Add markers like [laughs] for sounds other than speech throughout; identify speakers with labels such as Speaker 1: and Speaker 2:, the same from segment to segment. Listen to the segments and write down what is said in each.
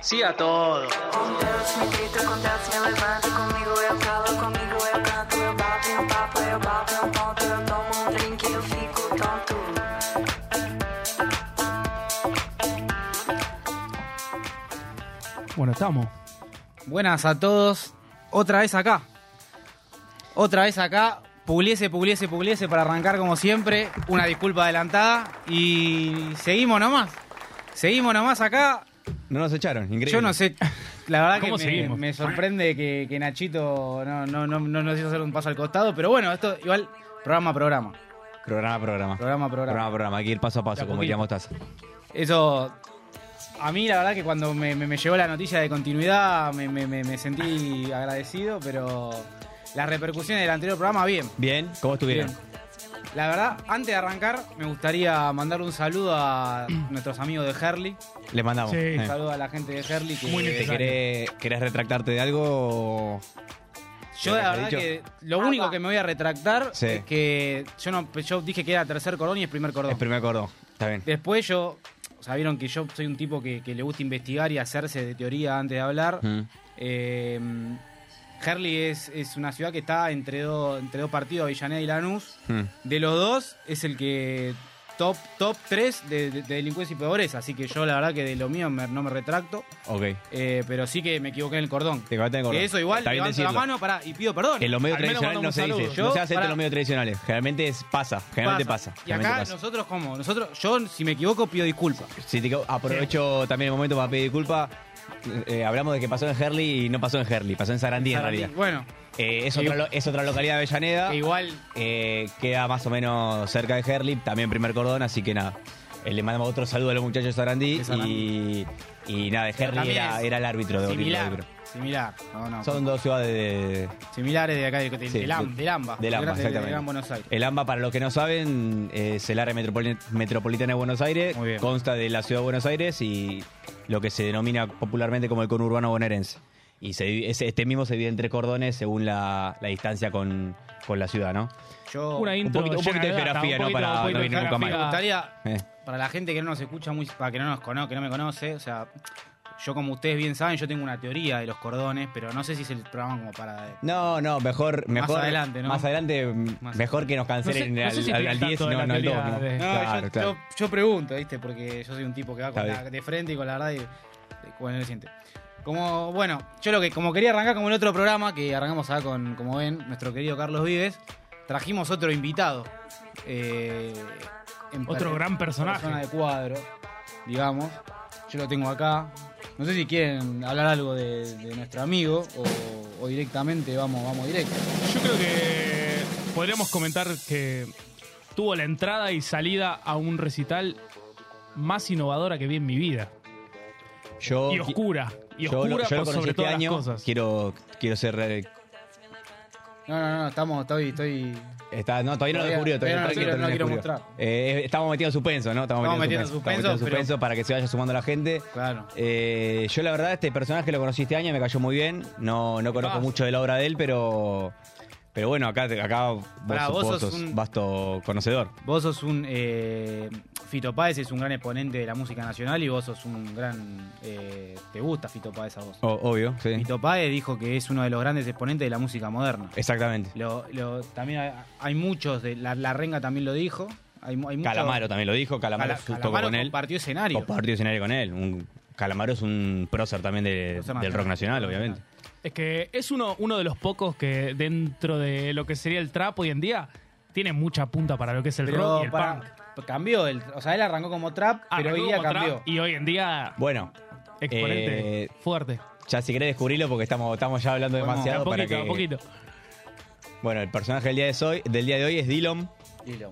Speaker 1: Sí a todo.
Speaker 2: Me grita com Deus, me levanta comigo, eu calo comigo, eu canto, eu bato, eu papo, eu bato, eu ponto, eu tomo um drink, eu fico tonto.
Speaker 3: Bueno, estamos.
Speaker 4: Buenas a todos. Otra vez acá. Otra vez acá. Pugliese, pugliese, pugliese para arrancar como siempre. Una disculpa adelantada. Y seguimos nomás. Seguimos nomás acá.
Speaker 5: No nos echaron, increíble.
Speaker 4: Yo no sé. La verdad
Speaker 3: ¿Cómo
Speaker 4: que me,
Speaker 3: seguimos?
Speaker 4: me sorprende que, que Nachito no, no, no, no nos hizo hacer un paso al costado. Pero bueno, esto igual programa a programa.
Speaker 5: Programa, programa.
Speaker 4: Programa a programa.
Speaker 5: Programa, programa. Aquí el paso a
Speaker 4: De a
Speaker 5: paso, como
Speaker 4: poquito.
Speaker 5: diría Mostaza.
Speaker 4: Eso. A mí, la verdad, que cuando me, me- me llegó la noticia de continuidad, me, me- me- me sentí agradecido, pero las repercusiones del anterior programa, bien.
Speaker 5: Bien, ¿cómo estuvieron?
Speaker 4: Bien. La verdad, antes de arrancar, me gustaría mandarle un saludo a [clears throat] nuestros amigos de Herley.
Speaker 5: Les mandamos.
Speaker 3: Sí.
Speaker 4: Un
Speaker 5: Eh.
Speaker 4: saludo a la gente de Herley. Que
Speaker 3: Muy
Speaker 5: ¿Te
Speaker 3: necesario.
Speaker 5: querés, querés retractarte de algo? o-
Speaker 4: Yo, la verdad,
Speaker 5: Dicho.
Speaker 4: que lo único que me voy a retractar
Speaker 5: Sí.
Speaker 4: es que yo, no, yo dije que era tercer cordón y es primer cordón.
Speaker 5: El primer cordón. Está bien.
Speaker 4: Después yo, o sea, vieron que yo soy un tipo que, que le gusta investigar y hacerse de teoría antes de hablar.
Speaker 5: Mm.
Speaker 4: Eh, Herley es, es una ciudad que está entre, dos entre dos partidos, Avellaneda y Lanús.
Speaker 5: Mm.
Speaker 4: De los dos es el que top top 3 de, de- de delincuencia y pobreza. Así que yo la verdad que de lo mío me- no me retracto.
Speaker 5: Ok.
Speaker 4: Eh, pero sí que me equivoqué en el cordón.
Speaker 5: Te cagaste en el cordón.
Speaker 4: Que eso igual,
Speaker 5: Está bien
Speaker 4: levanto la
Speaker 5: decirlo.
Speaker 4: mano pará, y pido perdón.
Speaker 5: En los medios
Speaker 3: Al menos
Speaker 5: tradicionales no se
Speaker 3: mandamos un
Speaker 5: dice.
Speaker 4: saludo.
Speaker 5: No
Speaker 4: Yo,
Speaker 5: se hace
Speaker 4: pará.
Speaker 5: entre los medios tradicionales. Generalmente es, pasa. Generalmente pasa.
Speaker 4: Y acá
Speaker 5: Generalmente pasa.
Speaker 4: nosotros como, nosotros, yo si me equivoco pido disculpas.
Speaker 5: Si te equivo- aprovecho también el momento para pedir disculpas. Eh, hablamos de que pasó en Herley y no pasó en Herley, pasó en Sarandí, en realidad. Ah.
Speaker 4: Bueno,
Speaker 5: Eh, es,
Speaker 4: Que
Speaker 5: otra, lo- es otra localidad de Avellaneda.
Speaker 4: que igual
Speaker 5: Eh, queda más o menos cerca de Herlip, también primer cordón, así que nada. Eh, le mandamos otro saludo a los muchachos de Sarandí,
Speaker 4: De Sarandí.
Speaker 5: Y, y nada, de
Speaker 4: Pero
Speaker 5: Herlip
Speaker 4: también
Speaker 5: era,
Speaker 4: es
Speaker 5: era el árbitro de Orlando,
Speaker 4: similar.
Speaker 5: árbitro.
Speaker 4: Similar. No, no.
Speaker 5: Son dos ciudades de,
Speaker 4: similares de acá del, del,
Speaker 5: sí,
Speaker 4: del Am- del AMBA.
Speaker 5: del AMBA,
Speaker 4: Gran-
Speaker 5: exactamente.
Speaker 4: Gran Buenos Aires.
Speaker 5: El AMBA, para los que no saben, es el área metropoli- metropolitana de Buenos Aires.
Speaker 4: Muy bien.
Speaker 5: Consta de la ciudad de Buenos Aires y lo que se denomina popularmente como el conurbano bonaerense. Y se divide- ese- este mismo se divide en tres cordones según la, la distancia con, con la ciudad, ¿no?
Speaker 4: Yo
Speaker 3: Una intro
Speaker 5: poquito- un poquito de
Speaker 3: general,
Speaker 5: geografía,
Speaker 3: un
Speaker 5: ¿no?
Speaker 3: poquito-
Speaker 5: Para
Speaker 3: un poquito
Speaker 5: no venir
Speaker 3: de
Speaker 5: nunca más.
Speaker 4: me
Speaker 3: geografía.
Speaker 4: gustaría,
Speaker 5: Eh.
Speaker 4: para la gente que no nos escucha muy, para que no nos conoce, que no me conoce, o sea, yo como ustedes bien saben, yo tengo una teoría de los cordones, pero no sé si es el programa como para
Speaker 5: No, no, mejor,
Speaker 4: Más
Speaker 5: mejor
Speaker 4: adelante, ¿no?
Speaker 5: Más adelante, m-
Speaker 4: Más-
Speaker 5: mejor que nos cancelen
Speaker 3: No sé- no sé
Speaker 5: al- al,
Speaker 3: si estoy
Speaker 5: al
Speaker 3: tanto
Speaker 5: 10
Speaker 3: de
Speaker 5: no,
Speaker 3: la
Speaker 5: no al 2.
Speaker 3: teoría
Speaker 5: ¿no?
Speaker 3: de-
Speaker 4: No,
Speaker 5: Claro,
Speaker 4: yo,
Speaker 5: claro.
Speaker 4: yo- yo pregunto, ¿viste? Porque yo soy un tipo que va con
Speaker 5: Está
Speaker 4: la- de frente y con la verdad y de- con el siente. Como, bueno, yo lo que, como quería arrancar como el otro programa, que arrancamos acá con, como ven, nuestro querido Carlos Vives, trajimos otro invitado. eh, en
Speaker 3: Otro
Speaker 4: per-
Speaker 3: gran personaje.
Speaker 4: persona de cuadro, digamos. Yo lo tengo acá. No sé si quieren hablar algo de, de nuestro amigo o, o directamente vamos, vamos directo.
Speaker 3: Yo creo que podríamos comentar que tuvo la entrada y salida a un recital más innovadora que vi en mi vida.
Speaker 5: Yo,
Speaker 3: Y oscura. Y
Speaker 5: Oh, yo lo-
Speaker 3: oscura
Speaker 5: yo lo conocí
Speaker 3: por sobre
Speaker 5: este
Speaker 3: todas
Speaker 5: año.
Speaker 3: las cosas.
Speaker 5: Quiero, quiero ser. eh,
Speaker 4: No, no, no, estamos, estoy, estoy.
Speaker 5: Está, no, todavía no
Speaker 4: Todavía-
Speaker 5: lo descubrió. Todavía,
Speaker 4: todavía no lo
Speaker 5: tranquilo,
Speaker 4: quiero- no
Speaker 5: todavía
Speaker 4: lo
Speaker 5: lo
Speaker 4: quiero
Speaker 5: descubrió. Eh, estamos metidos en suspenso, ¿no? Estamos,
Speaker 4: Estamos
Speaker 5: metidos en
Speaker 4: metidos en
Speaker 5: suspenso. Estamos metidos en
Speaker 4: suspenso,
Speaker 5: suspenso para que se vaya sumando la gente.
Speaker 4: Claro.
Speaker 5: Eh, yo la verdad este personaje lo conocí este año, me cayó muy bien. No, no conozco
Speaker 4: pasa?
Speaker 5: mucho de la obra de él, pero pero bueno, acá, acá vos,
Speaker 4: Pará, vos
Speaker 5: vos
Speaker 4: sos
Speaker 5: sos
Speaker 4: un-
Speaker 5: vasto conocedor.
Speaker 4: Vos sos un. eh, Fito Páez es un gran exponente de la música nacional y vos sos un gran. eh, te gusta Fito Páez a vos.
Speaker 5: O- obvio, sí.
Speaker 4: Fito Páez dijo que es uno de los grandes exponentes de la música moderna.
Speaker 5: Exactamente.
Speaker 4: Lo- lo- también hay, hay muchos, de, la, la Renga también lo dijo. Hay, mu- hay muchos-
Speaker 5: Calamaro también lo dijo, Calamaro
Speaker 4: Cala-
Speaker 5: justo
Speaker 4: Calamaro
Speaker 5: con él.
Speaker 4: compartió escenario.
Speaker 5: Compartió escenario con él. Un- Calamaro es un prócer también de-
Speaker 4: Prócer
Speaker 5: del rock nacional, obviamente.
Speaker 3: Es que es uno, uno de los pocos que dentro de lo que sería el trap hoy en día tiene mucha punta para lo que es el
Speaker 4: Pero
Speaker 3: rock y el
Speaker 4: para-
Speaker 3: punk. Ah,
Speaker 4: Cambió, el, o sea, él arrancó como trap, pero
Speaker 3: Arrancó
Speaker 4: hoy día
Speaker 3: como trap
Speaker 4: cambió.
Speaker 3: Y hoy en día,
Speaker 5: Bueno,
Speaker 3: exponente
Speaker 5: eh,
Speaker 3: fuerte.
Speaker 5: ya si querés descubrirlo porque estamos, estamos ya hablando
Speaker 4: Bueno,
Speaker 3: De a
Speaker 5: demasiado
Speaker 3: poquito,
Speaker 5: para
Speaker 3: a
Speaker 5: que.
Speaker 3: poquito.
Speaker 5: Bueno, el personaje del día de hoy, del día de hoy es Dillon.
Speaker 4: Y lo-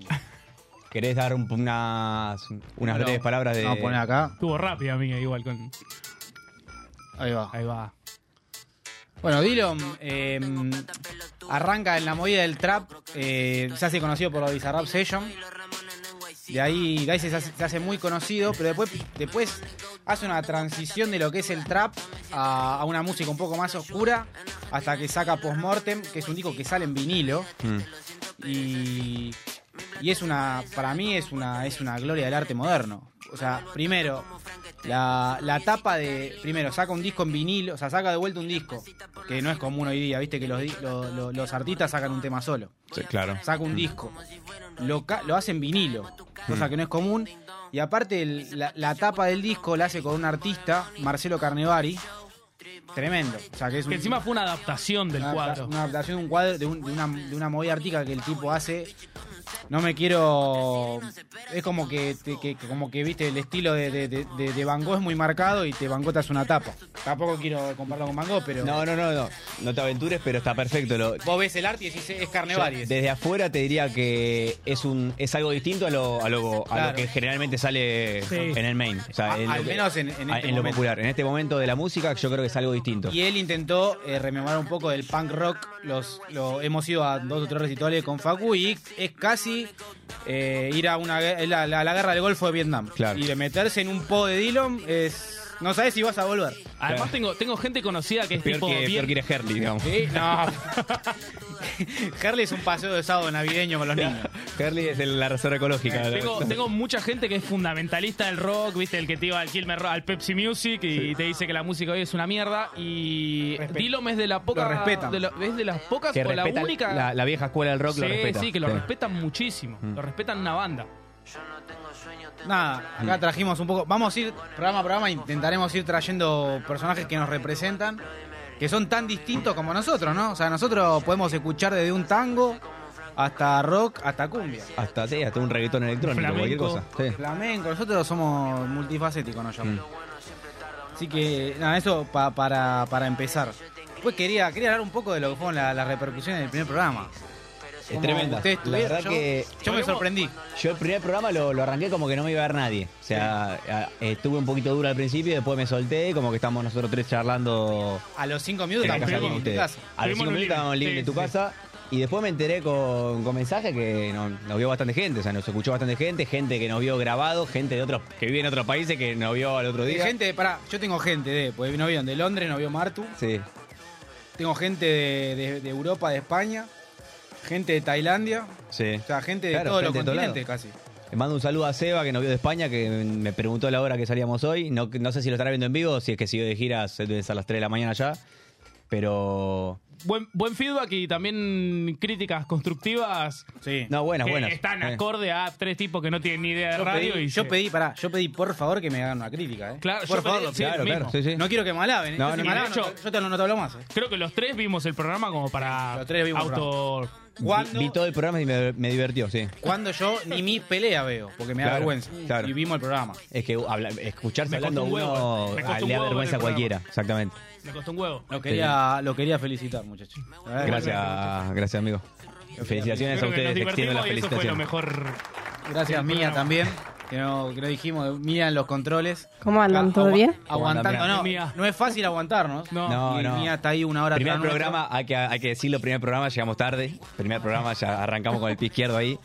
Speaker 5: ¿Querés dar un- unas, unas
Speaker 4: Bueno,
Speaker 5: breves palabras de.
Speaker 4: Vamos a poner acá.
Speaker 3: Estuvo rápido, amiga, igual con...
Speaker 4: Ahí va.
Speaker 3: Ahí va.
Speaker 4: Bueno, Dylan eh, arranca en la movida del trap, eh, se hace conocido por la Bizarrap Session. De ahí, de ahí se, hace, se hace muy conocido, pero después, después hace una transición de lo que es el trap a, a una música un poco más oscura, hasta que saca Postmortem, que es un disco que sale en vinilo. Y, y es una, para mí es una, es una gloria del arte moderno. O sea, primero, la, la tapa de. Primero, saca un disco en vinilo, o sea, saca de vuelta un disco, que no es común hoy día, viste que los, di- lo- lo- los artistas sacan un tema solo.
Speaker 5: Sí, claro.
Speaker 4: Saca un disco, lo, ca- lo hace en vinilo, cosa que no es común. Y aparte, el- la, la tapa del disco la hace con un artista, Marcelo Carnevari. Tremendo. O sea, que es un-
Speaker 3: Que encima fue una adaptación del
Speaker 4: una,
Speaker 3: cuadro.
Speaker 4: Una adaptación de un cuadro, de, un- de una, de una movida artística que el tipo hace. No me quiero. Es como que, te- que- que como que viste el estilo de, de, de- de- de Van Gogh es muy marcado y te Van Gogh te hace una tapa. Tampoco quiero compararlo con Van Gogh, pero
Speaker 5: No, no, no, no. No te aventures, pero está perfecto. Lo-
Speaker 4: vos ves el arte y decís es Carnevari.
Speaker 5: desde afuera te diría que es un es algo distinto a lo, a lo, a
Speaker 4: Claro.
Speaker 5: lo que generalmente sale
Speaker 3: Sí.
Speaker 5: en el main. O sea,
Speaker 4: A-
Speaker 5: en lo
Speaker 4: al
Speaker 5: que-
Speaker 4: menos en- en
Speaker 5: a-
Speaker 4: este
Speaker 5: lo
Speaker 4: momento.
Speaker 5: popular. En este momento de la música yo creo que es algo distinto.
Speaker 4: Y él intentó eh, rememorar un poco del punk rock. Los, lo, hemos ido a dos o tres recitales con Facu y es casi eh, ir a una gue- la, la- la guerra del Golfo de Vietnam.
Speaker 5: Claro.
Speaker 4: Y de meterse en un po de Dillon es. No sabes si vas a volver.
Speaker 3: Además tengo, tengo gente conocida que es
Speaker 5: Peor
Speaker 3: tipo
Speaker 5: que,
Speaker 3: bien-
Speaker 5: peor que ir a Herley, digamos.
Speaker 3: [laughs]
Speaker 4: Sí, no. Harley es un paseo de sábado navideño con los niños.
Speaker 5: [laughs] Herley es el- la reserva ecológica.
Speaker 3: Tengo, tengo mucha gente que es fundamentalista del rock, viste, el que te iba al Kilmer Rock, al Pepsi Music y te dice que la música hoy es una mierda. Y
Speaker 4: Respeto.
Speaker 3: Dilom es de la poca,
Speaker 4: Lo respetan.
Speaker 3: de la- es de las pocas
Speaker 5: [laughs] que
Speaker 3: o la
Speaker 5: respeta
Speaker 3: única.
Speaker 5: la, la vieja escuela del rock
Speaker 3: sí,
Speaker 5: lo respeta. Mm.
Speaker 3: sí, que lo respetan muchísimo. Lo respetan una banda.
Speaker 4: Nada, acá trajimos un poco. Vamos a ir programa a programa, intentaremos ir trayendo personajes que nos representan, que son tan distintos como nosotros, ¿no? O sea, nosotros podemos escuchar desde un tango hasta rock, hasta cumbia.
Speaker 5: Hasta, sí, hasta un reggaetón electrónico,
Speaker 3: Flamenco.
Speaker 5: cualquier cosa. Sí.
Speaker 4: Flamenco, nosotros somos multifacéticos, ¿no? Yo.
Speaker 5: Mm.
Speaker 4: Así que, nada, eso pa- para, para empezar. Pues quería, quería hablar un poco de lo que fueron la- las repercusiones del primer programa.
Speaker 5: Es
Speaker 4: Como
Speaker 5: tremenda.
Speaker 4: ustedes
Speaker 5: La
Speaker 4: tuvieron,
Speaker 5: verdad
Speaker 4: yo,
Speaker 5: que
Speaker 4: yo me sorprendí.
Speaker 5: yo el primer programa lo, lo arranqué como que no me iba a ver nadie. O sea, a- eh, estuve un poquito duro al principio, después me solté, como que estamos nosotros tres charlando
Speaker 4: A los cinco
Speaker 5: en
Speaker 4: minutos
Speaker 5: la casa
Speaker 4: tampoco
Speaker 5: de
Speaker 3: estuvimos
Speaker 4: en tu
Speaker 5: ustedes.
Speaker 4: casa.
Speaker 5: A los
Speaker 3: Estuvimos en
Speaker 5: cinco
Speaker 3: un
Speaker 5: minutos estábamos en
Speaker 3: living,
Speaker 5: living de tu
Speaker 3: sí, sí.
Speaker 5: casa. Y después me enteré con, con mensajes que no- nos, vio bastante gente, o sea, nos escuchó bastante gente, gente que nos vio grabado, gente de otros que vive en otros países que nos vio al otro
Speaker 4: De
Speaker 5: día.
Speaker 4: gente, pará, yo tengo gente de, pues no vieron de Londres, no vio Martu,
Speaker 5: Sí.
Speaker 4: tengo gente de, de- de Europa, de España, gente de Tailandia,
Speaker 5: Sí.
Speaker 4: o sea, gente de
Speaker 5: Claro,
Speaker 4: todos
Speaker 5: gente
Speaker 4: los
Speaker 5: de todos
Speaker 4: continentes casi.
Speaker 5: Le mando un saludo a Seba, que nos vio de España, que me preguntó la hora que salíamos hoy. No, no sé si lo estará viendo en vivo, si es que siguió de giras es a las 3 de la mañana ya. Pero.
Speaker 3: Buen, buen feedback y también críticas constructivas.
Speaker 4: Sí.
Speaker 5: No, buenas,
Speaker 3: que
Speaker 5: buenas.
Speaker 3: Están
Speaker 5: Eh.
Speaker 3: acorde a tres tipos que no tienen ni idea de
Speaker 4: yo,
Speaker 3: radio.
Speaker 4: pedí,
Speaker 3: y
Speaker 4: yo
Speaker 3: se-
Speaker 4: pedí, pará, yo pedí por favor que me hagan una crítica, ¿eh?
Speaker 3: Claro,
Speaker 4: por
Speaker 3: yo
Speaker 4: favor,
Speaker 3: pedí-
Speaker 4: lo
Speaker 3: sí,
Speaker 5: Claro,
Speaker 3: lo
Speaker 5: claro,
Speaker 3: mismo.
Speaker 5: sí, sí.
Speaker 4: No quiero que me alaben. ¿eh? Yo
Speaker 5: No, no,
Speaker 4: si me
Speaker 3: no.
Speaker 4: alaban,
Speaker 3: Yo-
Speaker 4: no, yo te lo- no te hablo más. ¿eh?
Speaker 3: Creo que los tres vimos el programa como para
Speaker 4: Los tres vimos el
Speaker 3: auto.
Speaker 4: ¿Cuándo,
Speaker 5: Vi, vi todo el programa y me, me divertió, sí.
Speaker 4: cuando yo ni mi pelea veo, porque me da
Speaker 5: Claro,
Speaker 4: vergüenza.
Speaker 5: claro.
Speaker 4: Y vimos el programa.
Speaker 5: Es que habla- escucharse
Speaker 3: Me costó
Speaker 5: hablando
Speaker 3: un huevo,
Speaker 5: uno
Speaker 3: eh. Me
Speaker 5: ah,
Speaker 3: costó un
Speaker 5: le da
Speaker 3: huevo
Speaker 5: vergüenza a
Speaker 3: ver el Eh,
Speaker 5: cualquiera, exactamente.
Speaker 3: Me costó un huevo.
Speaker 4: Lo quería, lo quería felicitar, muchachos. La verdad que-
Speaker 5: Gracias, gracias, amigo.
Speaker 3: Creo
Speaker 5: Felicitaciones a
Speaker 3: que nos
Speaker 5: ustedes, te extiendo la
Speaker 3: divertimos y eso fue lo
Speaker 5: felicitación.
Speaker 3: mejor.
Speaker 4: Gracias
Speaker 3: Sí,
Speaker 4: Mía
Speaker 3: programa.
Speaker 4: también, que no, que no dijimos, Mía en los controles.
Speaker 6: ¿Cómo andan? ¿Todo
Speaker 4: Agua-
Speaker 6: bien?
Speaker 4: Aguantando, no,
Speaker 3: Mía.
Speaker 4: no es fácil aguantarnos.
Speaker 3: No.
Speaker 5: No,
Speaker 4: Y
Speaker 5: no.
Speaker 4: Mía está ahí una hora
Speaker 5: Primer
Speaker 4: atrás nuestra.
Speaker 5: programa, hay que, hay que decirlo, primer programa, llegamos tarde. Primer programa, ya arrancamos con el pie izquierdo ahí.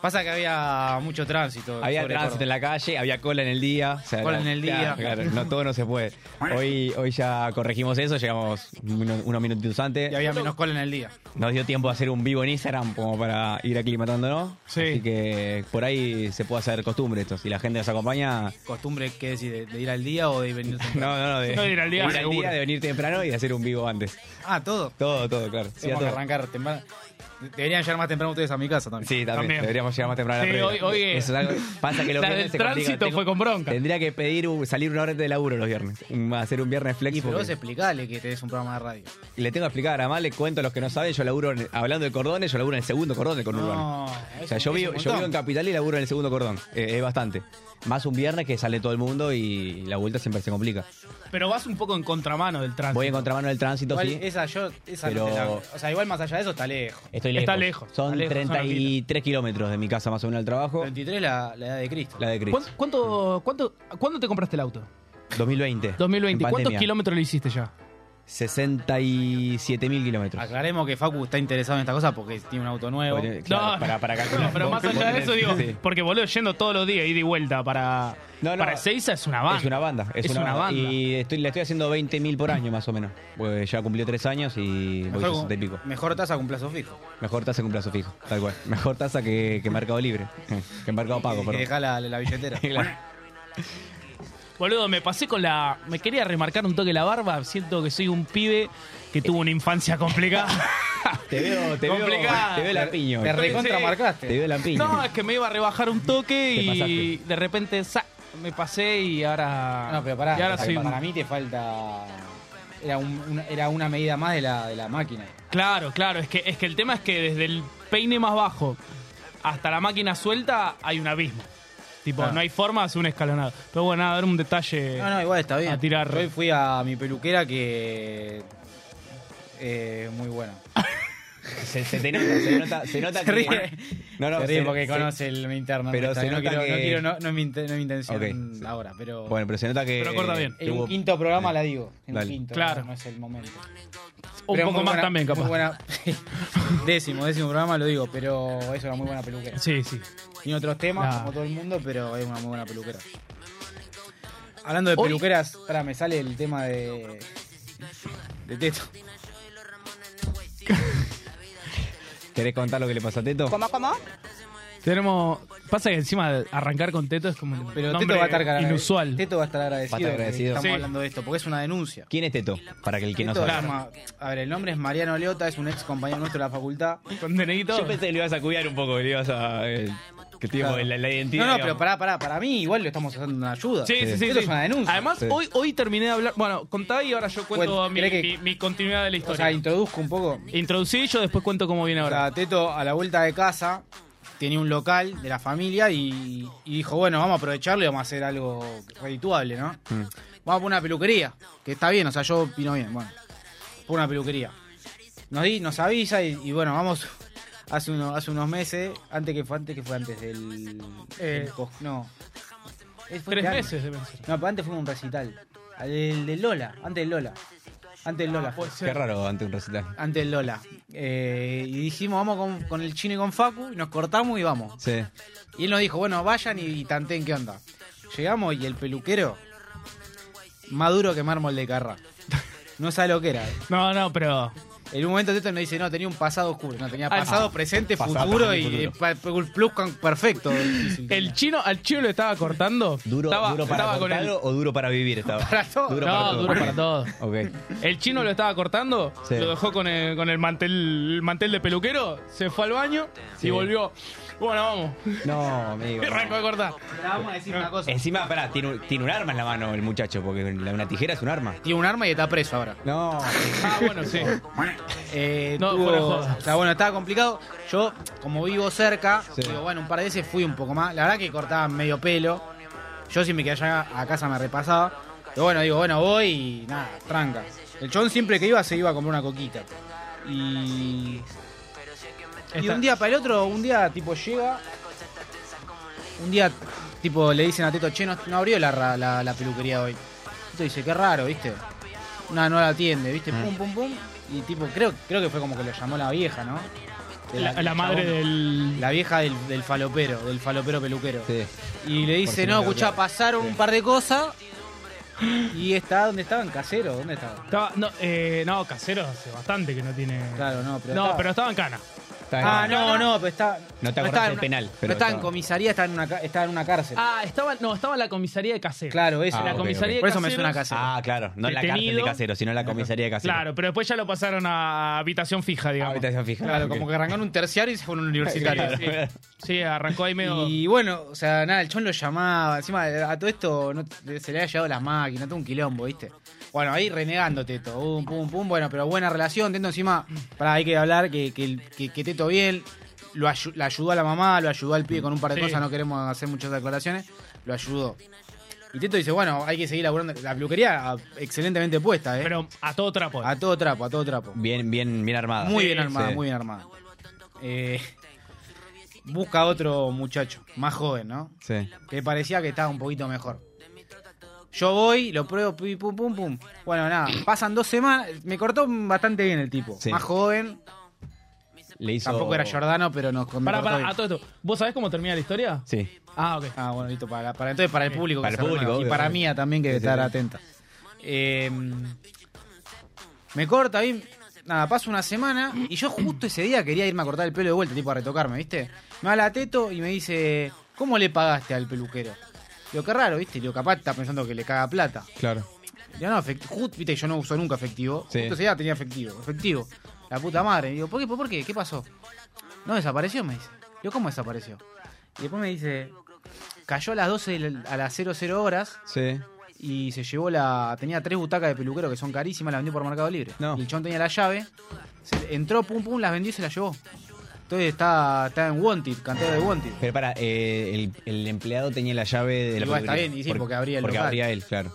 Speaker 4: Pasa que había mucho tránsito.
Speaker 5: Había
Speaker 4: sobre
Speaker 5: tránsito
Speaker 4: todo.
Speaker 5: en la calle, había cola en el día. o sea,
Speaker 4: Cola
Speaker 5: la-
Speaker 4: en el día.
Speaker 5: Claro, claro, no todo no se puede. Hoy, hoy ya corregimos eso, llegamos uno- unos minutitos
Speaker 4: Y
Speaker 5: antes.
Speaker 4: había menos cola en el día.
Speaker 5: Nos dio tiempo a hacer un vivo en Instagram como para ir aclimatándonos.
Speaker 3: Sí.
Speaker 5: Así que por ahí se puede hacer costumbre esto. Si la gente nos acompaña.
Speaker 4: Costumbre, ¿qué decir? ¿De, de ir al día o de venir
Speaker 5: [laughs]
Speaker 4: temprano?
Speaker 5: No, no, no, de,
Speaker 3: No, de ir al día,
Speaker 5: de,
Speaker 3: seguro.
Speaker 5: de venir temprano y de hacer un vivo antes.
Speaker 4: Ah, todo.
Speaker 5: Todo, todo, claro. Sí, a
Speaker 4: Tenemos que
Speaker 5: todo.
Speaker 4: arrancar temprano. Deberían llegar más temprano ustedes a mi casa también.
Speaker 5: Sí, también.
Speaker 3: También.
Speaker 5: Deberíamos llegar más temprano a la
Speaker 3: Sí,
Speaker 5: previa.
Speaker 3: hoy- hoy, eh,
Speaker 5: Eso es algo- Pasa que los
Speaker 3: la
Speaker 5: viernes
Speaker 3: del
Speaker 5: se complica.
Speaker 3: tránsito
Speaker 5: Tengo-
Speaker 3: fue con bronca.
Speaker 5: Tendría que pedir un- salir una hora antes de laburo los viernes. Un- Hacer un viernes flex.
Speaker 4: Y pero
Speaker 5: porque-
Speaker 4: vos explicale que tenés un programa de radio.
Speaker 5: Le tengo que explicar, además les cuento a los que no saben, yo laburo, en- hablando de cordones, yo laburo en el segundo cordón del conurbano.
Speaker 4: Ah, es
Speaker 5: o sea,
Speaker 4: un-
Speaker 5: yo
Speaker 4: es
Speaker 5: vivo,
Speaker 4: un
Speaker 5: yo vivo en
Speaker 4: montón.
Speaker 5: Capital y laburo en el segundo cordón. Eh, es bastante. Más un viernes que sale todo el mundo y la vuelta siempre se complica.
Speaker 3: Pero vas un poco en contramano del tránsito.
Speaker 5: Voy a encontrar mano del tránsito,
Speaker 4: Igual
Speaker 5: sí.
Speaker 4: esa yo, esa
Speaker 5: Pero-
Speaker 4: no te la- O sea, igual más allá de eso está lejos.
Speaker 5: Estoy lejos.
Speaker 3: Está lejos,
Speaker 5: Son
Speaker 3: está lejos, son
Speaker 5: 33 kilómetros de mi casa más o menos al trabajo.
Speaker 4: 23 la, la edad de Cristo.
Speaker 5: La de Cris.
Speaker 3: ¿Cuánto, cuánto, cuánto- cuándo te compraste el auto?
Speaker 5: 2020.
Speaker 3: 2020.
Speaker 5: en
Speaker 3: ¿Cuántos
Speaker 5: pandemia.
Speaker 3: kilómetros le hiciste ya?
Speaker 5: 67.000 kilómetros.
Speaker 4: Aclaremos que Facu está interesado en esta cosa porque tiene un auto nuevo.
Speaker 5: Bueno, claro,
Speaker 3: No.
Speaker 5: para, para calcular.
Speaker 3: No, pero
Speaker 5: vos-
Speaker 3: más allá de
Speaker 5: vos
Speaker 3: eso, digo,
Speaker 5: tenés- sí.
Speaker 3: porque boludo, yendo todos los días, ida y vuelta para,
Speaker 5: No, no.
Speaker 3: para Ezeiza es una banda.
Speaker 5: Es una banda. Es, una, banda.
Speaker 3: banda.
Speaker 5: Y estoy, le estoy haciendo 20.000 por año más o menos. Pues ya cumplió tres años y voy
Speaker 4: Mejor,
Speaker 5: 60 y pico.
Speaker 4: mejor tasa con plazo fijo.
Speaker 5: Mejor tasa que un plazo fijo, tal cual. Mejor tasa que, que mercado libre. Que mercado pago,
Speaker 4: Y
Speaker 5: perdón.
Speaker 4: deja la, la
Speaker 5: [laughs]
Speaker 4: billetera.
Speaker 5: Claro.
Speaker 3: Boludo, me pasé con la. Me quería remarcar un toque la barba. Siento que soy un pibe que tuvo una infancia
Speaker 4: [laughs]
Speaker 3: complicada.
Speaker 5: Te veo, te veo,
Speaker 3: Complicada.
Speaker 5: te veo la piño.
Speaker 4: Te
Speaker 3: re-
Speaker 5: Te
Speaker 4: recontramarcaste.
Speaker 5: veo la piño.
Speaker 3: no, es que me iba a rebajar un toque
Speaker 5: Te
Speaker 3: y
Speaker 5: pasaste.
Speaker 3: de repente sa, me pasé y ahora.
Speaker 4: No, pero pará,
Speaker 3: y ahora
Speaker 4: para,
Speaker 3: soy un-
Speaker 4: para mí te falta. Era, un- una, era una medida más de la, de la máquina.
Speaker 3: Claro, claro. Es que, es que el tema es que desde el peine más bajo hasta la máquina suelta hay un abismo. Tipo,
Speaker 4: Claro.
Speaker 3: no hay forma de hacer un escalonado. Pero bueno, nada, era un detalle.
Speaker 4: Ah. No, no, igual está bien.
Speaker 3: A tirar.
Speaker 4: Yo hoy fui a mi peluquera que. eh, muy buena.
Speaker 5: Se, se te nota, se nota, se nota que- No, no,
Speaker 4: se ríe
Speaker 5: se-
Speaker 4: porque
Speaker 5: se-
Speaker 4: conoce el, mi interno.
Speaker 5: pero
Speaker 4: Está
Speaker 5: se
Speaker 4: bien, no,
Speaker 5: nota
Speaker 4: quiero, no
Speaker 5: que-
Speaker 4: quiero, no, no es mi, inten- no es mi intención
Speaker 5: Ok, sí.
Speaker 4: ahora, pero.
Speaker 5: Bueno, pero se nota que.
Speaker 3: Pero corta bien.
Speaker 4: en
Speaker 5: tuvo-
Speaker 4: un quinto programa la digo. En
Speaker 5: Dale.
Speaker 4: un quinto.
Speaker 3: Claro.
Speaker 4: No es el momento.
Speaker 3: un
Speaker 4: Pero
Speaker 3: poco
Speaker 4: muy
Speaker 3: más
Speaker 4: buena-
Speaker 3: también,
Speaker 4: muy
Speaker 3: capaz.
Speaker 4: buena- [laughs] décimo, décimo programa lo digo, pero es una muy buena peluquera.
Speaker 3: Sí, sí.
Speaker 4: Tiene otros temas,
Speaker 3: Claro.
Speaker 4: como todo el mundo, pero es una muy buena peluquera. Hablando de peluqueras, ahora me sale el tema de. de Teto.
Speaker 5: ¿Querés contar lo que le pasa a Teto?
Speaker 6: ¿Cómo, cómo?
Speaker 3: Tenemos. Pasa que encima de arrancar con Teto es como un
Speaker 4: Pero Teto
Speaker 3: nombre
Speaker 4: va a estar agradecido.
Speaker 3: inusual.
Speaker 4: Teto va a estar
Speaker 5: Va a
Speaker 4: agradecido.
Speaker 5: estar agradecido.
Speaker 4: Que estamos
Speaker 3: Sí.
Speaker 4: hablando de esto, porque es una denuncia.
Speaker 5: ¿Quién es Teto? Para que el que no
Speaker 4: Teto
Speaker 5: sabe.
Speaker 4: se llama- a ver, el nombre es Mariano Leota, es un ex compañero nuestro de la facultad.
Speaker 3: Con DNI y todo.
Speaker 5: Yo pensé que le ibas a cuidar un poco, que le ibas a. eh, que te
Speaker 4: Claro.
Speaker 5: la, la identidad.
Speaker 4: No, no, pero
Speaker 5: digamos.
Speaker 4: pará, pará, para mí igual lo estamos haciendo una ayuda.
Speaker 3: Sí, sí, sí.
Speaker 4: Esto
Speaker 3: sí.
Speaker 4: es una denuncia.
Speaker 3: Además,
Speaker 5: Sí.
Speaker 3: hoy, hoy terminé de hablar. Bueno, contá y ahora yo cuento
Speaker 4: Bueno,
Speaker 3: mi,
Speaker 4: ¿querés que-
Speaker 3: mi- mi continuidad de la
Speaker 4: o
Speaker 3: historia.
Speaker 4: sea, introduzco un poco.
Speaker 3: Introducí y yo después cuento cómo viene
Speaker 4: O
Speaker 3: ahora.
Speaker 4: sea, Teto a la vuelta de casa tenía un local de la familia y, y dijo, bueno, vamos a aprovecharlo y vamos a hacer algo redituable, ¿no? Vamos a poner una peluquería, que está bien, o sea, yo opino bien, bueno, por una peluquería. Nos, di- nos avisa y, y bueno, vamos hace, uno- hace unos meses, antes que fue antes que fue antes del...
Speaker 3: Eh,
Speaker 4: del cos- no. Es- fue
Speaker 3: Tres
Speaker 4: este año.
Speaker 3: meses de pensar.
Speaker 4: No, pero antes fue un recital. El de Lola, antes del Lola. Antes
Speaker 3: Ah,
Speaker 4: del Lola. fue.
Speaker 5: Qué raro ante un recital.
Speaker 4: Antes del Lola. Eh, y dijimos, vamos con, con el chino y con Facu, y nos cortamos y vamos.
Speaker 5: Sí.
Speaker 4: Y él nos dijo, bueno, vayan y, y tanteen qué onda. Llegamos y el peluquero, más duro que mármol de carra. [laughs] No sabe lo que era. eh.
Speaker 3: No, no, pero.
Speaker 4: En un momento Teto nos dice, no, tenía un pasado oscuro. No, tenía
Speaker 3: Ah,
Speaker 4: pasado,
Speaker 3: no.
Speaker 4: presente,
Speaker 5: Pasado,
Speaker 4: futuro
Speaker 5: presente,
Speaker 4: y
Speaker 5: futuro.
Speaker 4: pa- pa- plus con-
Speaker 5: [laughs]
Speaker 4: perfecto. difícil.
Speaker 3: El chino, al chino le estaba cortando.
Speaker 5: ¿Duro,
Speaker 3: estaba,
Speaker 5: duro para
Speaker 3: estaba con el-
Speaker 5: cortarlo o duro para vivir? Estaba.
Speaker 4: Para todo.
Speaker 5: Duro para
Speaker 3: No,
Speaker 5: todo.
Speaker 3: duro para todo.
Speaker 5: Ok.
Speaker 3: El chino lo estaba cortando,
Speaker 5: Sí.
Speaker 3: lo dejó con el, con el mantel el mantel de peluquero, se fue al baño
Speaker 5: Sí.
Speaker 3: y volvió. Bueno, vamos.
Speaker 5: No, amigo.
Speaker 3: Y [laughs] arrancó a cortar.
Speaker 4: Ahora vamos a decir una cosa.
Speaker 5: Encima, pará, tiene un, tiene un arma en la mano el muchacho, porque la- una tijera es un arma.
Speaker 4: Tiene un arma y está preso ahora.
Speaker 5: No.
Speaker 3: Ah, bueno, sí.
Speaker 4: Eh,
Speaker 3: No,
Speaker 4: tuvo-
Speaker 3: fuera de joda.
Speaker 4: O sea, bueno, estaba complicado. Yo, como vivo cerca,
Speaker 5: Sí.
Speaker 4: digo, bueno, un par de veces fui un poco más. La verdad que cortaban medio pelo. Yo si me quedaba allá a casa me repasaba. Pero bueno, digo, bueno, voy y nada, tranca. El chon siempre que iba se iba a comprar una coquita. Y. Y de
Speaker 3: Está-
Speaker 4: un día para el otro, un día tipo llega. Un día tipo le dicen a Teto, che, no, no abrió la, ra- la, la peluquería hoy. Teto dice, qué raro, ¿viste? No, no la atiende, ¿viste?
Speaker 3: Mm.
Speaker 4: Pum, pum, pum. Y tipo, creo, creo que fue como que lo llamó la vieja, ¿no? De
Speaker 3: La,
Speaker 4: del
Speaker 3: la madre
Speaker 4: chabón.
Speaker 3: del.
Speaker 4: La vieja del, del falopero, del falopero peluquero.
Speaker 5: [laughs] Sí.
Speaker 4: Y le dice,
Speaker 5: si
Speaker 4: no,
Speaker 5: no lo
Speaker 4: escuchá,
Speaker 5: veo".
Speaker 4: pasaron un par de cosas. Y está, ¿dónde estaban? Casero, ¿dónde estaban?
Speaker 3: Estaba- no, eh, no, casero hace bastante que no tiene.
Speaker 4: Claro, no, pero.
Speaker 3: no,
Speaker 4: estaba-
Speaker 3: pero estaba en cana.
Speaker 4: Ah, no, no, pero está.
Speaker 5: No te acordás
Speaker 4: estaba en
Speaker 5: del
Speaker 4: una-
Speaker 5: penal, pero
Speaker 4: no estaba en
Speaker 5: estaba-
Speaker 4: comisaría, estaba en una, ca- estaba en una cárcel.
Speaker 3: Ah, estaba, no, estaba en la comisaría de casero.
Speaker 4: Claro, eso.
Speaker 5: Ah,
Speaker 3: la
Speaker 5: ok,
Speaker 3: comisaría
Speaker 5: ok.
Speaker 3: de
Speaker 4: Por eso me
Speaker 3: Caseros.
Speaker 4: suena a casero.
Speaker 5: Ah, claro. No en la cárcel de
Speaker 3: Detenido.
Speaker 5: casero, sino en la comisaría de casero.
Speaker 3: Claro, pero después ya lo pasaron a habitación fija,
Speaker 5: Ah,
Speaker 3: digamos.
Speaker 5: Habitación fija.
Speaker 4: claro,
Speaker 5: Ok.
Speaker 4: como que arrancaron un terciario y se fueron a un universitario.
Speaker 3: [laughs] Sí, sí. Sí, arrancó ahí medio.
Speaker 4: Y eh, bueno, o sea, nada, el chon lo llamaba. Encima, a todo esto no- se le había llevado las máquinas, todo un quilombo, ¿viste? Bueno, ahí renegándote Teto. Pum, pum, pum. Bueno, pero buena relación. Teto encima, para hay que hablar que, que, el- que- que Teto bien. Lo ayu- la ayudó a la mamá, lo ayudó al pibe con un par de
Speaker 3: Sí.
Speaker 4: cosas, no queremos hacer muchas declaraciones. Lo ayudó. Y Teto dice, bueno, hay que seguir laburando. La peluquería ah, excelentemente puesta, ¿eh?
Speaker 3: Pero a todo trapo.
Speaker 4: a todo trapo, a todo trapo.
Speaker 5: Bien, bien, bien armada.
Speaker 4: Muy bien
Speaker 3: Sí,
Speaker 4: armada,
Speaker 5: sí.
Speaker 4: muy bien armada. Eh, busca otro muchacho, más joven, ¿no?
Speaker 5: Sí.
Speaker 4: Que parecía que estaba un poquito mejor. Yo voy, lo pruebo, pi, pum, pum, pum. Bueno, nada, pasan dos semanas. Me cortó bastante bien el tipo.
Speaker 5: Sí.
Speaker 4: Más joven.
Speaker 5: Le hizo...
Speaker 4: Tampoco era Jordano, pero nos me
Speaker 3: Pará,
Speaker 4: cortó
Speaker 3: pará,
Speaker 4: bien.
Speaker 3: a todo esto. ¿Vos sabés cómo termina la historia?
Speaker 5: Sí.
Speaker 3: Ah, ok.
Speaker 4: Ah, bueno, listo, para, para entonces para el público. que
Speaker 5: Para el
Speaker 4: se reúna,
Speaker 5: público,
Speaker 4: Y
Speaker 5: obvio,
Speaker 4: para
Speaker 5: obvio.
Speaker 4: mía también, que debe
Speaker 5: Sí, sí,
Speaker 4: estar
Speaker 5: sí.
Speaker 4: atenta. Eh, me corta, bien. Nada, pasa una semana y yo justo ese día quería irme a cortar el pelo de vuelta, tipo a retocarme, ¿viste? Me da la teto y me dice, ¿cómo le pagaste al peluquero? Lo que raro, ¿viste? Lo capaz está pensando que le caga plata.
Speaker 5: Claro.
Speaker 4: Yo no, efectivo. viste, yo no uso nunca efectivo.
Speaker 5: Sí.
Speaker 4: Justo ese día tenía efectivo. Efectivo. La puta madre. Y digo, ¿por qué? ¿Por qué? ¿Qué pasó? No, desapareció, me dice. Yo, ¿cómo desapareció? Y después me dice, cayó a las 12 de la- a las 00 horas
Speaker 5: Sí.
Speaker 4: y se llevó la. Tenía tres butacas de peluquero que son carísimas, las vendió por Mercado Libre.
Speaker 5: No.
Speaker 4: Y el chon tenía la llave. se- entró, pum, pum, las vendió y se las llevó. Entonces está, está en Wanted, cantero de Wanted.
Speaker 5: Pero para, eh, el, el empleado tenía la llave de la
Speaker 4: Igual está
Speaker 5: peluquería.
Speaker 4: bien, y sí, porque abría el
Speaker 5: Porque
Speaker 4: local.
Speaker 5: abría él, claro.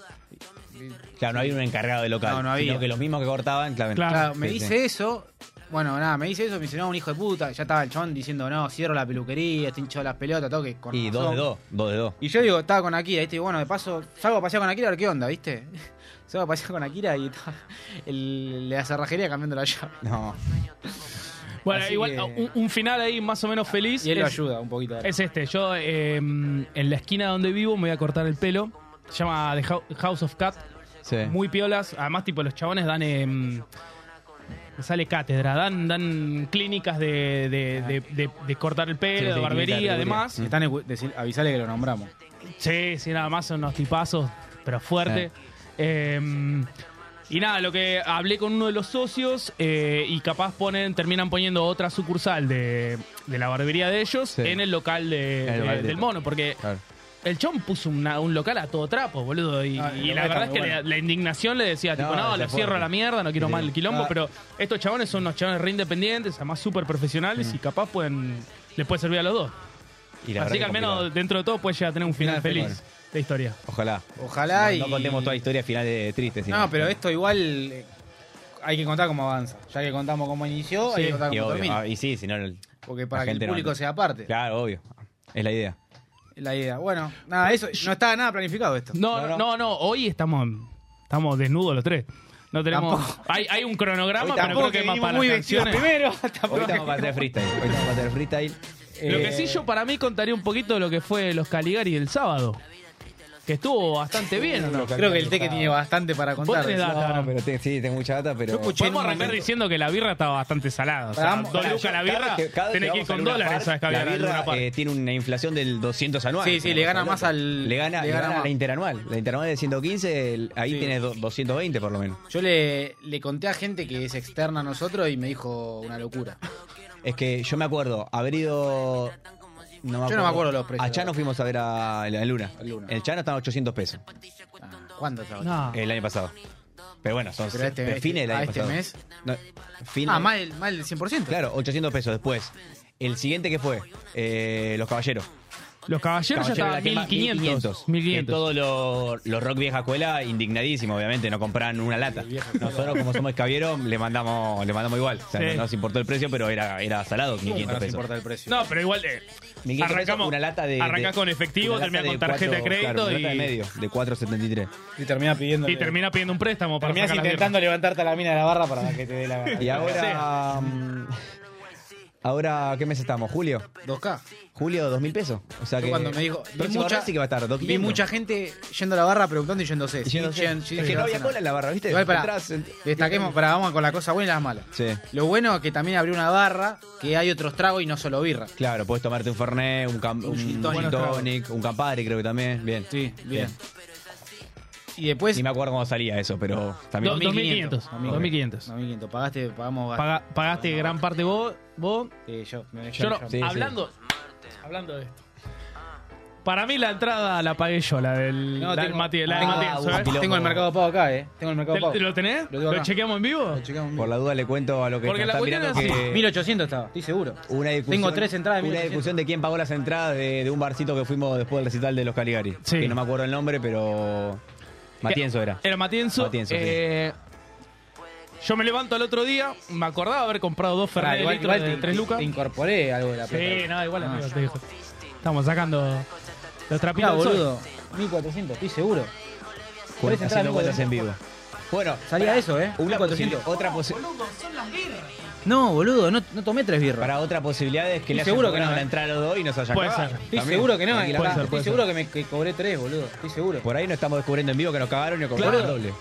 Speaker 5: Claro, no había un encargado de local.
Speaker 4: No, no había.
Speaker 5: Sino que los mismos que cortaban, claro.
Speaker 3: Claro.
Speaker 4: Claro, me
Speaker 5: Ah, Sí,
Speaker 4: dice eso. Bueno, nada, me dice eso, me dice, no, un hijo de puta. Ya estaba el chabón diciendo, no, cierro la peluquería, estoy hinchado de las pelotas, todo que con
Speaker 5: Y dos
Speaker 4: razón.
Speaker 5: de dos, dos de dos.
Speaker 4: Y yo digo, estaba con Akira, ¿viste? Y bueno, de paso, salgo a pasear con Akira a ver qué onda, ¿viste? [laughs] Salgo a pasear con Akira y estaba [laughs] el, la cerrajería cambiando la llave.
Speaker 5: No.
Speaker 3: Bueno,
Speaker 4: Así
Speaker 3: igual,
Speaker 4: que-
Speaker 3: un, un final ahí más o menos feliz.
Speaker 4: Y él lo
Speaker 3: es,
Speaker 4: ayuda un poquito.
Speaker 3: es este. Yo, eh, en la esquina donde vivo, me voy a cortar el pelo. Se llama The Hou- House of Cat.
Speaker 5: Sí.
Speaker 3: Muy piolas. Además, tipo, los chabones dan. em, me sale cátedra, dan, dan clínicas de, de- de- de- de cortar el
Speaker 5: Sí, sí,
Speaker 3: pelo, de
Speaker 5: clínica de
Speaker 3: barbería,
Speaker 5: peluquería.
Speaker 3: además.
Speaker 4: Si están, escu- decir- avisale que lo nombramos.
Speaker 3: Sí, sí, nada más son unos tipazos, pero fuerte. Eh, y nada, lo que hablé con uno de los socios eh, y capaz ponen, terminan poniendo otra sucursal de, de la barbería de ellos
Speaker 5: Sí.
Speaker 3: en el local de-
Speaker 5: El
Speaker 3: de-
Speaker 5: local de-
Speaker 3: del mono, porque
Speaker 5: Claro.
Speaker 3: el chon puso una- un local a todo trapo, boludo. Y,
Speaker 4: Ah, el
Speaker 3: y
Speaker 4: local
Speaker 3: la
Speaker 4: está
Speaker 3: verdad es que
Speaker 4: muy
Speaker 3: la,
Speaker 4: bueno.
Speaker 3: la indignación le decía, tipo,
Speaker 5: No,
Speaker 3: no,
Speaker 5: está
Speaker 3: lo
Speaker 5: fuerte.
Speaker 3: cierro a la mierda, no quiero
Speaker 5: Sí.
Speaker 3: mal el quilombo,
Speaker 4: Ah.
Speaker 3: pero estos chabones son unos chabones re independientes, además súper profesionales y capaz pueden, les puede servir a los dos.
Speaker 5: Y la
Speaker 3: Así
Speaker 5: verdad
Speaker 3: que al menos
Speaker 5: complicado.
Speaker 3: dentro de todo puede llegar a tener un final,
Speaker 4: Final
Speaker 3: feliz de historia.
Speaker 5: Ojalá.
Speaker 4: Ojalá
Speaker 5: no,
Speaker 4: y.
Speaker 5: no contemos toda la historia final de triste. sino-
Speaker 4: No, pero esto igual eh, hay que contar cómo avanza. Ya que contamos cómo inició, hay
Speaker 3: Sí.
Speaker 4: que contar
Speaker 5: Y,
Speaker 4: cómo
Speaker 5: obvio,
Speaker 4: termina.
Speaker 5: ah, y sí, si no... el-
Speaker 4: Porque
Speaker 5: la
Speaker 4: para que el
Speaker 5: gente no-
Speaker 4: público sea parte.
Speaker 5: Claro, obvio. Es la idea.
Speaker 4: La idea. Bueno, nada, eso. No estaba nada planificado esto.
Speaker 3: No, no,
Speaker 5: No,
Speaker 3: no,
Speaker 5: no.
Speaker 3: no, hoy estamos, estamos desnudos los tres. No tenemos.
Speaker 4: Tampoco.
Speaker 3: Hay, hay un cronograma,
Speaker 4: Hoy
Speaker 3: pero creo que es
Speaker 4: vinimos
Speaker 3: más para
Speaker 4: muy
Speaker 3: las
Speaker 4: vestidos
Speaker 3: canciones.
Speaker 4: primero. [laughs]
Speaker 5: Hoy
Speaker 4: tampoco-
Speaker 5: estamos para hacer freestyle. Hoy estamos para hacer freestyle.
Speaker 3: Lo
Speaker 4: Eh,
Speaker 3: que sí, yo para mí contaría un poquito de lo que fue los Caligari el sábado. Que estuvo bastante bien, ¿o no?
Speaker 4: Creo que el Teque tiene bastante para
Speaker 3: Vos
Speaker 4: contar.
Speaker 3: tenés
Speaker 4: decís.
Speaker 3: data, ¿no?
Speaker 5: pero te- sí, tengo mucha data, pero...
Speaker 4: Yo escuché en un
Speaker 3: Podemos arrancar
Speaker 4: momento.
Speaker 3: diciendo que la birra estaba bastante salada. O sea,
Speaker 4: Vamos,
Speaker 3: dos
Speaker 4: pará,
Speaker 3: lucas la
Speaker 5: Cada
Speaker 3: birra,
Speaker 5: vez cada vez
Speaker 3: tenés que ir
Speaker 5: vamos a
Speaker 3: con
Speaker 5: una
Speaker 3: dólares
Speaker 5: par,
Speaker 3: a descabelar
Speaker 5: La
Speaker 3: alguna
Speaker 5: birra
Speaker 3: parte.
Speaker 5: eh, tiene una inflación del 200 anual.
Speaker 4: Sí, sí, le gana más al-
Speaker 5: Le gana,
Speaker 4: le
Speaker 5: le
Speaker 4: gana
Speaker 5: gana
Speaker 4: más.
Speaker 5: la interanual. La interanual de 115, el- ahí
Speaker 4: Sí.
Speaker 5: tienes do- 220 por lo menos.
Speaker 4: Yo le, le conté a gente que es externa a nosotros y me dijo una locura.
Speaker 5: Es que yo me acuerdo haber ido. No
Speaker 4: Yo no me acuerdo los precios.
Speaker 5: A Chano fuimos a ver a, la Luna.
Speaker 4: A Luna.
Speaker 5: El Chano estaba en 800 pesos
Speaker 4: Ah, ¿Cuánto estaba?
Speaker 3: No.
Speaker 5: el año pasado. Pero bueno, son
Speaker 4: Pero este-
Speaker 5: pero fines del
Speaker 4: ah,
Speaker 5: año
Speaker 4: este
Speaker 5: pasado.
Speaker 4: mes.
Speaker 5: No, fin-
Speaker 4: Ah, más del, más del 100%.
Speaker 5: Claro, 800 pesos después. El siguiente que fue, eh, Los Caballeros.
Speaker 3: Los caballeros ya
Speaker 5: Caballero de la
Speaker 3: estaban
Speaker 5: Quema,
Speaker 3: 1500.
Speaker 5: 1500. Que
Speaker 3: 1500.
Speaker 5: Todos los los rock vieja escuela, indignadísimos, obviamente, no compran una lata. Nosotros, como somos escabieros, le mandamos, le mandamos igual. O sea,
Speaker 3: Sí.
Speaker 5: no nos importó el precio, pero era, era salado,
Speaker 4: Nunca
Speaker 5: 1500
Speaker 4: nos
Speaker 5: pesos.
Speaker 4: importa el precio.
Speaker 3: No, pero igual. eh,
Speaker 5: 1500 pesos,
Speaker 3: arrancamos
Speaker 5: una lata de.
Speaker 3: arrancás
Speaker 5: de-
Speaker 3: con efectivo,
Speaker 5: una lata
Speaker 3: terminás con
Speaker 5: de
Speaker 3: tarjeta de
Speaker 5: cuatro-
Speaker 3: crédito
Speaker 5: claro, una
Speaker 3: y-
Speaker 5: lata de medio, de 4.73.
Speaker 4: Y termina pidiendo.
Speaker 3: y termina pidiendo un préstamo para
Speaker 4: Terminás
Speaker 3: sacar la birra.
Speaker 4: intentando levantarte a la mina de la barra para que te dé la gana. [laughs]
Speaker 3: [laughs]
Speaker 5: Y ahora. mm, Ahora, ¿qué mes estamos? ¿Julio?
Speaker 4: 2K.
Speaker 5: ¿Julio, 2.000 pesos? O sea
Speaker 4: Yo
Speaker 5: que.
Speaker 4: cuando me dijo. Vi
Speaker 5: Próximo
Speaker 4: mucha,
Speaker 5: Racing que va a estar, 2.500.
Speaker 4: vi mucha gente yendo a la barra preguntando y yéndose.
Speaker 5: Y yo no sé.
Speaker 4: Yendo-
Speaker 5: Es que no había cola en la barra, ¿viste?
Speaker 4: Igual pará,
Speaker 5: Entrás, ent-
Speaker 4: destaquemos, para vamos con las cosas buenas y las malas.
Speaker 5: Sí.
Speaker 4: Lo bueno es que también abrió una barra, que hay otros tragos y no solo birra.
Speaker 5: Claro, puedes tomarte un Fernet, un, cam- un
Speaker 4: gin
Speaker 5: gin
Speaker 4: tonic.
Speaker 5: tonic, un Campari, creo que también. Bien.
Speaker 4: Sí, bien. Y después.
Speaker 5: Ni me acuerdo cómo salía eso, pero también.
Speaker 3: Do- 2500. 2500.
Speaker 4: 2500. Pagaste, pagamos gas-
Speaker 3: Paga- pagaste gran parte vos. vos.
Speaker 4: Eh, yo, me-
Speaker 3: Yo no.
Speaker 5: Sí, sí.
Speaker 3: hablando, hablando de esto. Para mí la entrada la pagué yo, la del,
Speaker 4: No,
Speaker 3: la del
Speaker 4: tengo-
Speaker 3: Mati. La del
Speaker 4: tengo-
Speaker 3: Mati,
Speaker 5: un
Speaker 3: ¿sabes?
Speaker 5: pilón.
Speaker 4: Tengo el mercado pago acá, eh. Tengo el mercado pago.
Speaker 3: ¿Te- ¿Lo tenés?
Speaker 4: Lo
Speaker 3: ¿Lo,
Speaker 4: tengo acá.
Speaker 3: chequeamos en vivo?
Speaker 4: Lo chequeamos bien.
Speaker 5: Por la duda le cuento a lo que
Speaker 3: Porque
Speaker 5: nos
Speaker 3: la
Speaker 5: están
Speaker 3: cuestión
Speaker 5: mirando
Speaker 3: es así.
Speaker 5: que
Speaker 4: 1800 estaba, estoy seguro.
Speaker 5: una discusión,
Speaker 4: Tengo tres entradas de
Speaker 5: Una
Speaker 4: 1800.
Speaker 5: discusión de quién pagó las entradas de, de un barcito que fuimos después del recital de los Caligari.
Speaker 3: Sí.
Speaker 5: Que no me acuerdo el nombre, pero. Matienzo era.
Speaker 3: Era Matienzo.
Speaker 5: Matienzo, sí.
Speaker 3: eh, Yo me levanto al otro día, me acordaba haber comprado dos
Speaker 4: Pará,
Speaker 3: Ferrari
Speaker 4: igual, igual
Speaker 3: de
Speaker 4: te-
Speaker 3: 3 lucas.
Speaker 4: te incorporé algo de la plata.
Speaker 3: Sí, no, igual
Speaker 4: Ah.
Speaker 3: amigo, te digo. Estamos sacando los
Speaker 4: Mirá,
Speaker 3: trapitos del sol.
Speaker 4: boludo. 1400, estoy seguro.
Speaker 5: Cuen-
Speaker 4: Tres entradas,
Speaker 5: haciendo
Speaker 4: Nico,
Speaker 5: cuentas
Speaker 4: de-
Speaker 5: en vivo. Bueno,
Speaker 4: Salía eso, ¿eh?
Speaker 5: una
Speaker 4: 400.
Speaker 5: posibil- otra posi-
Speaker 4: No, boludo, no, no tomé tres birras.
Speaker 5: para otra posibilidad es que
Speaker 4: Y
Speaker 5: le hayan
Speaker 4: seguro que
Speaker 5: cobrado
Speaker 4: no,
Speaker 5: la
Speaker 4: ¿eh?
Speaker 5: entrada a los dos y nos hayan
Speaker 3: Puede
Speaker 5: cagado.
Speaker 3: ser.
Speaker 4: Estoy
Speaker 5: También,
Speaker 4: seguro que no,
Speaker 5: tranquila,
Speaker 4: acá.
Speaker 5: acá.
Speaker 3: ser,
Speaker 4: estoy
Speaker 3: puede
Speaker 4: seguro que me que cobré tres, boludo. Estoy seguro.
Speaker 5: Por ahí no estamos descubriendo en vivo que nos cagaron y nos cobraron
Speaker 4: Claro.
Speaker 5: el doble.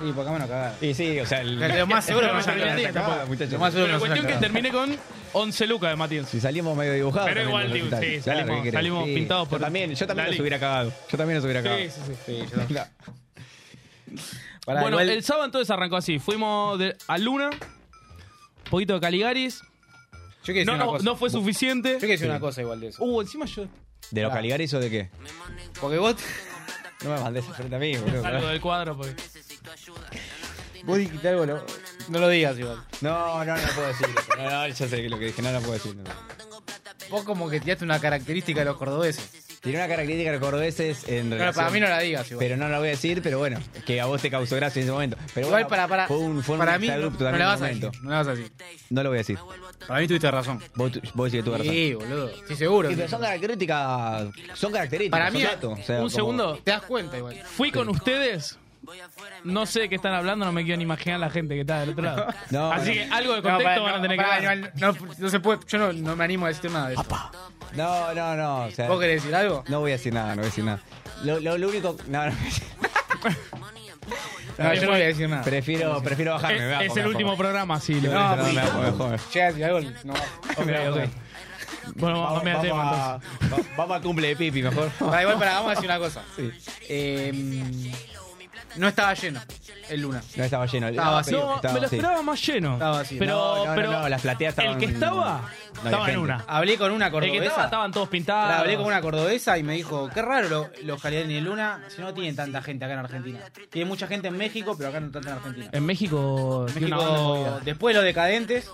Speaker 4: Y por acá me lo
Speaker 3: [laughs]
Speaker 4: cagaron.
Speaker 5: Y sí, o sea, el-
Speaker 4: Lo más seguro que
Speaker 3: no
Speaker 4: nos han
Speaker 3: terminé
Speaker 4: cagado.
Speaker 3: así, tampoco.
Speaker 5: Ah, muchachos.
Speaker 4: Lo más seguro que nos
Speaker 3: Pero
Speaker 4: han
Speaker 3: cuestión que
Speaker 4: cagado.
Speaker 3: termine con 11 lucas de Matienzo.
Speaker 5: Si salimos medio dibujados.
Speaker 3: Pero
Speaker 5: también
Speaker 3: igual,
Speaker 5: los
Speaker 3: digo, sí,
Speaker 5: recitales.
Speaker 3: salimos-
Speaker 5: ¿qué querés?
Speaker 3: salimos pintados por
Speaker 5: Yo también, yo
Speaker 3: la
Speaker 5: también los
Speaker 3: liga.
Speaker 5: hubiera cagado. Yo también los hubiera cagado.
Speaker 3: Sí, sí, sí.
Speaker 4: Sí, yo también. Pará,
Speaker 3: bueno,
Speaker 4: igual-
Speaker 3: el sábado entonces arrancó así. Fuimos de- a Luna, un poquito de Caligaris.
Speaker 4: Yo quiero decir
Speaker 3: No,
Speaker 4: una
Speaker 3: no,
Speaker 4: cosa.
Speaker 3: no fue
Speaker 4: Yo
Speaker 3: suficiente.
Speaker 4: quiero decir una cosa igual de eso.
Speaker 3: Uh, encima yo
Speaker 5: ¿De
Speaker 3: Ah.
Speaker 5: los Caligaris o de qué?
Speaker 4: Porque vos. [laughs]
Speaker 5: No me mandes frente a mí, boludo.
Speaker 3: salgo del cuadro. Porque...
Speaker 4: Vos dijiste algo, no, no lo digas igual.
Speaker 5: No, no, no puedo decir. eso. No, no, ya sé que lo que dije, no, no puedo decir. no.
Speaker 4: Vos como que tiraste una característica de los cordobeses.
Speaker 5: Tiene una característica de cordobeses en
Speaker 4: No,
Speaker 5: relación-
Speaker 4: para mí no la digas igual.
Speaker 5: Pero no la voy a decir, pero bueno, que a vos te causó gracia en ese momento. Pero
Speaker 4: igual
Speaker 5: bueno,
Speaker 4: para, para,
Speaker 5: fue un, fue un
Speaker 4: para mí no,
Speaker 5: exabrupto
Speaker 4: no
Speaker 5: también
Speaker 4: la vas
Speaker 5: en un
Speaker 4: a
Speaker 5: momento.
Speaker 4: decir. No la vas a decir.
Speaker 5: No lo voy a decir.
Speaker 4: Para mí tuviste razón.
Speaker 5: Vos, tu- vos decís que tu razón.
Speaker 4: Sí, boludo. Estoy seguro.
Speaker 5: Sí, pero son características. Son características.
Speaker 4: Para mí,
Speaker 5: son datos, o sea,
Speaker 3: un
Speaker 5: como-
Speaker 3: segundo.
Speaker 4: Te das cuenta igual.
Speaker 3: Fui con ustedes. No sé de qué están hablando, no me quiero ni imaginar la gente que está del otro lado.
Speaker 5: No,
Speaker 3: Así
Speaker 5: no.
Speaker 3: que algo de contexto
Speaker 4: pará,
Speaker 3: van a tener
Speaker 4: pará,
Speaker 3: que dar.
Speaker 4: Aníbal, no, no se puede, yo no, no me animo a decir nada de eso.
Speaker 5: No, no, no. o sea,
Speaker 4: ¿Vos querés decir algo?
Speaker 5: No voy a decir nada, no voy a decir nada. Lo, lo- lo único. No, no.
Speaker 4: [laughs] No, yo no voy a decir nada.
Speaker 5: Prefiero, prefiero bajarme. me
Speaker 3: Es,
Speaker 5: bajo,
Speaker 3: es
Speaker 5: me
Speaker 3: el
Speaker 5: bajo.
Speaker 3: último programa, sí.
Speaker 5: Me
Speaker 3: Lo
Speaker 5: bajo,
Speaker 4: No,
Speaker 5: me
Speaker 4: sí.
Speaker 5: bajo, me bajo, me bajo.
Speaker 4: Llega a decir algo,
Speaker 5: [laughs]
Speaker 4: no.
Speaker 3: Ok, ok. Bueno, vamos a
Speaker 5: vamos,
Speaker 3: cambiar de tema entonces.
Speaker 5: a, va- vamos a cumple de pipi, mejor.
Speaker 4: Para igual, para, vamos a decir una cosa. Eh, no estaba lleno el luna.
Speaker 5: No estaba lleno.
Speaker 4: Estaba vacío.
Speaker 3: No, me lo
Speaker 5: sí.
Speaker 3: esperaba más lleno.
Speaker 4: Estaba vacío.
Speaker 3: Pero,
Speaker 5: No, no, no,
Speaker 3: pero
Speaker 5: no, las plateas estaban-
Speaker 3: El que estaba,
Speaker 5: No había
Speaker 3: estaba en
Speaker 5: gente.
Speaker 3: una.
Speaker 4: Hablé con una
Speaker 3: El
Speaker 4: cordobesa.
Speaker 3: que estaba, estaban todos pintados.
Speaker 4: Pará, hablé con una cordobesa y me dijo, qué raro lo- los Caliani y Luna, si no tienen tanta gente acá en Argentina. Tiene mucha gente en México, pero acá no tanta en Argentina.
Speaker 3: En México, tiene una banda
Speaker 4: México,
Speaker 3: movida.
Speaker 4: después los decadentes,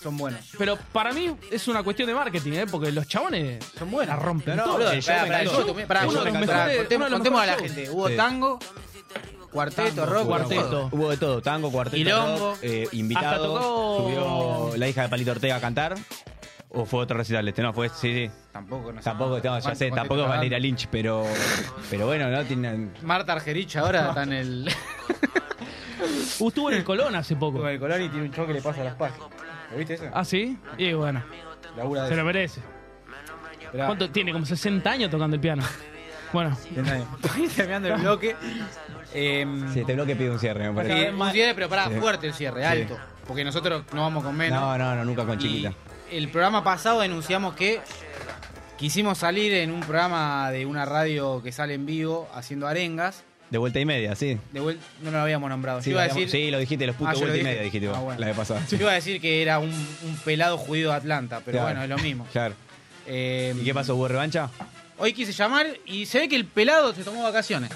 Speaker 4: son buenos.
Speaker 3: Pero para mí es una cuestión de marketing, ¿eh? porque los chabones
Speaker 4: Son buenos.
Speaker 3: La rompen
Speaker 4: No, no,
Speaker 3: todo.
Speaker 4: boludo,
Speaker 5: El
Speaker 4: pará,
Speaker 5: show me
Speaker 4: pará, el
Speaker 5: encantó.
Speaker 4: show también- pará,
Speaker 5: Uno
Speaker 4: el show
Speaker 5: de los
Speaker 4: me encantó.
Speaker 5: mejores-
Speaker 4: Pará, contem-
Speaker 3: uno de los
Speaker 4: contemos a la
Speaker 3: mejores
Speaker 4: gente. Hubo
Speaker 5: Sí.
Speaker 4: tango, cuarteto, rock,
Speaker 3: cuarteto.
Speaker 4: cuarteto.
Speaker 5: Hubo de todo, tango, cuarteto,
Speaker 4: Quilombo.
Speaker 5: rock, eh, invitado,
Speaker 3: Hasta tocó-
Speaker 5: subió la hija de Palito Ortega a cantar. ¿O fue otro recital este? No, fue, sí, sí.
Speaker 4: Tampoco, no sé.
Speaker 5: Tampoco, no, ya
Speaker 4: ¿Cuánto-
Speaker 5: sé,
Speaker 4: cuánto
Speaker 5: tampoco es
Speaker 4: está
Speaker 5: Valeria
Speaker 4: dando?
Speaker 5: Lynch, pero, pero bueno, ¿no? Tienen,
Speaker 4: Marta Argerich ahora está en el. [laughs]
Speaker 3: Uh, estuvo en el Colón hace poco.
Speaker 4: con el colón y tiene un show que le pasa a las páginas. ¿Lo viste eso?
Speaker 3: Ah, sí. Y bueno,
Speaker 4: Labura
Speaker 3: se
Speaker 4: de
Speaker 3: lo merece.
Speaker 4: eso. Esperá,
Speaker 3: ¿Cuánto tiene? Como 60 años tocando el piano. Bueno,
Speaker 4: de nadie. Estoy terminando [laughs] el bloque. Em,
Speaker 5: sí, este bloque pide un cierre, me
Speaker 4: eh,
Speaker 5: parece.
Speaker 4: un cierre, pero pará,
Speaker 5: Sí.
Speaker 4: fuerte el cierre, alto. Porque nosotros no vamos con menos.
Speaker 5: No, no, no, nunca con
Speaker 4: Y
Speaker 5: chiquita.
Speaker 4: El programa pasado denunciamos que quisimos salir en un programa de una radio que sale en vivo haciendo arengas.
Speaker 5: De vuelta y media, sí.
Speaker 4: De vuelta, no lo habíamos nombrado.
Speaker 5: Sí,
Speaker 4: yo
Speaker 5: lo,
Speaker 4: iba a
Speaker 5: habíamos-
Speaker 4: decir,
Speaker 5: sí, lo dijiste, los
Speaker 4: Ah,
Speaker 5: putos
Speaker 4: yo lo
Speaker 5: vuelta y
Speaker 4: dije.
Speaker 5: media dijiste vos,
Speaker 4: Ah, bueno.
Speaker 5: la vez pasada.
Speaker 4: yo iba a decir que era un, un pelado judío de Atlanta, pero
Speaker 5: Claro.
Speaker 4: bueno, es lo mismo.
Speaker 5: Claro.
Speaker 4: Eh,
Speaker 5: ¿Y qué pasó? ¿Hubo revancha?
Speaker 4: Hoy quise llamar y se ve que el pelado se tomó vacaciones.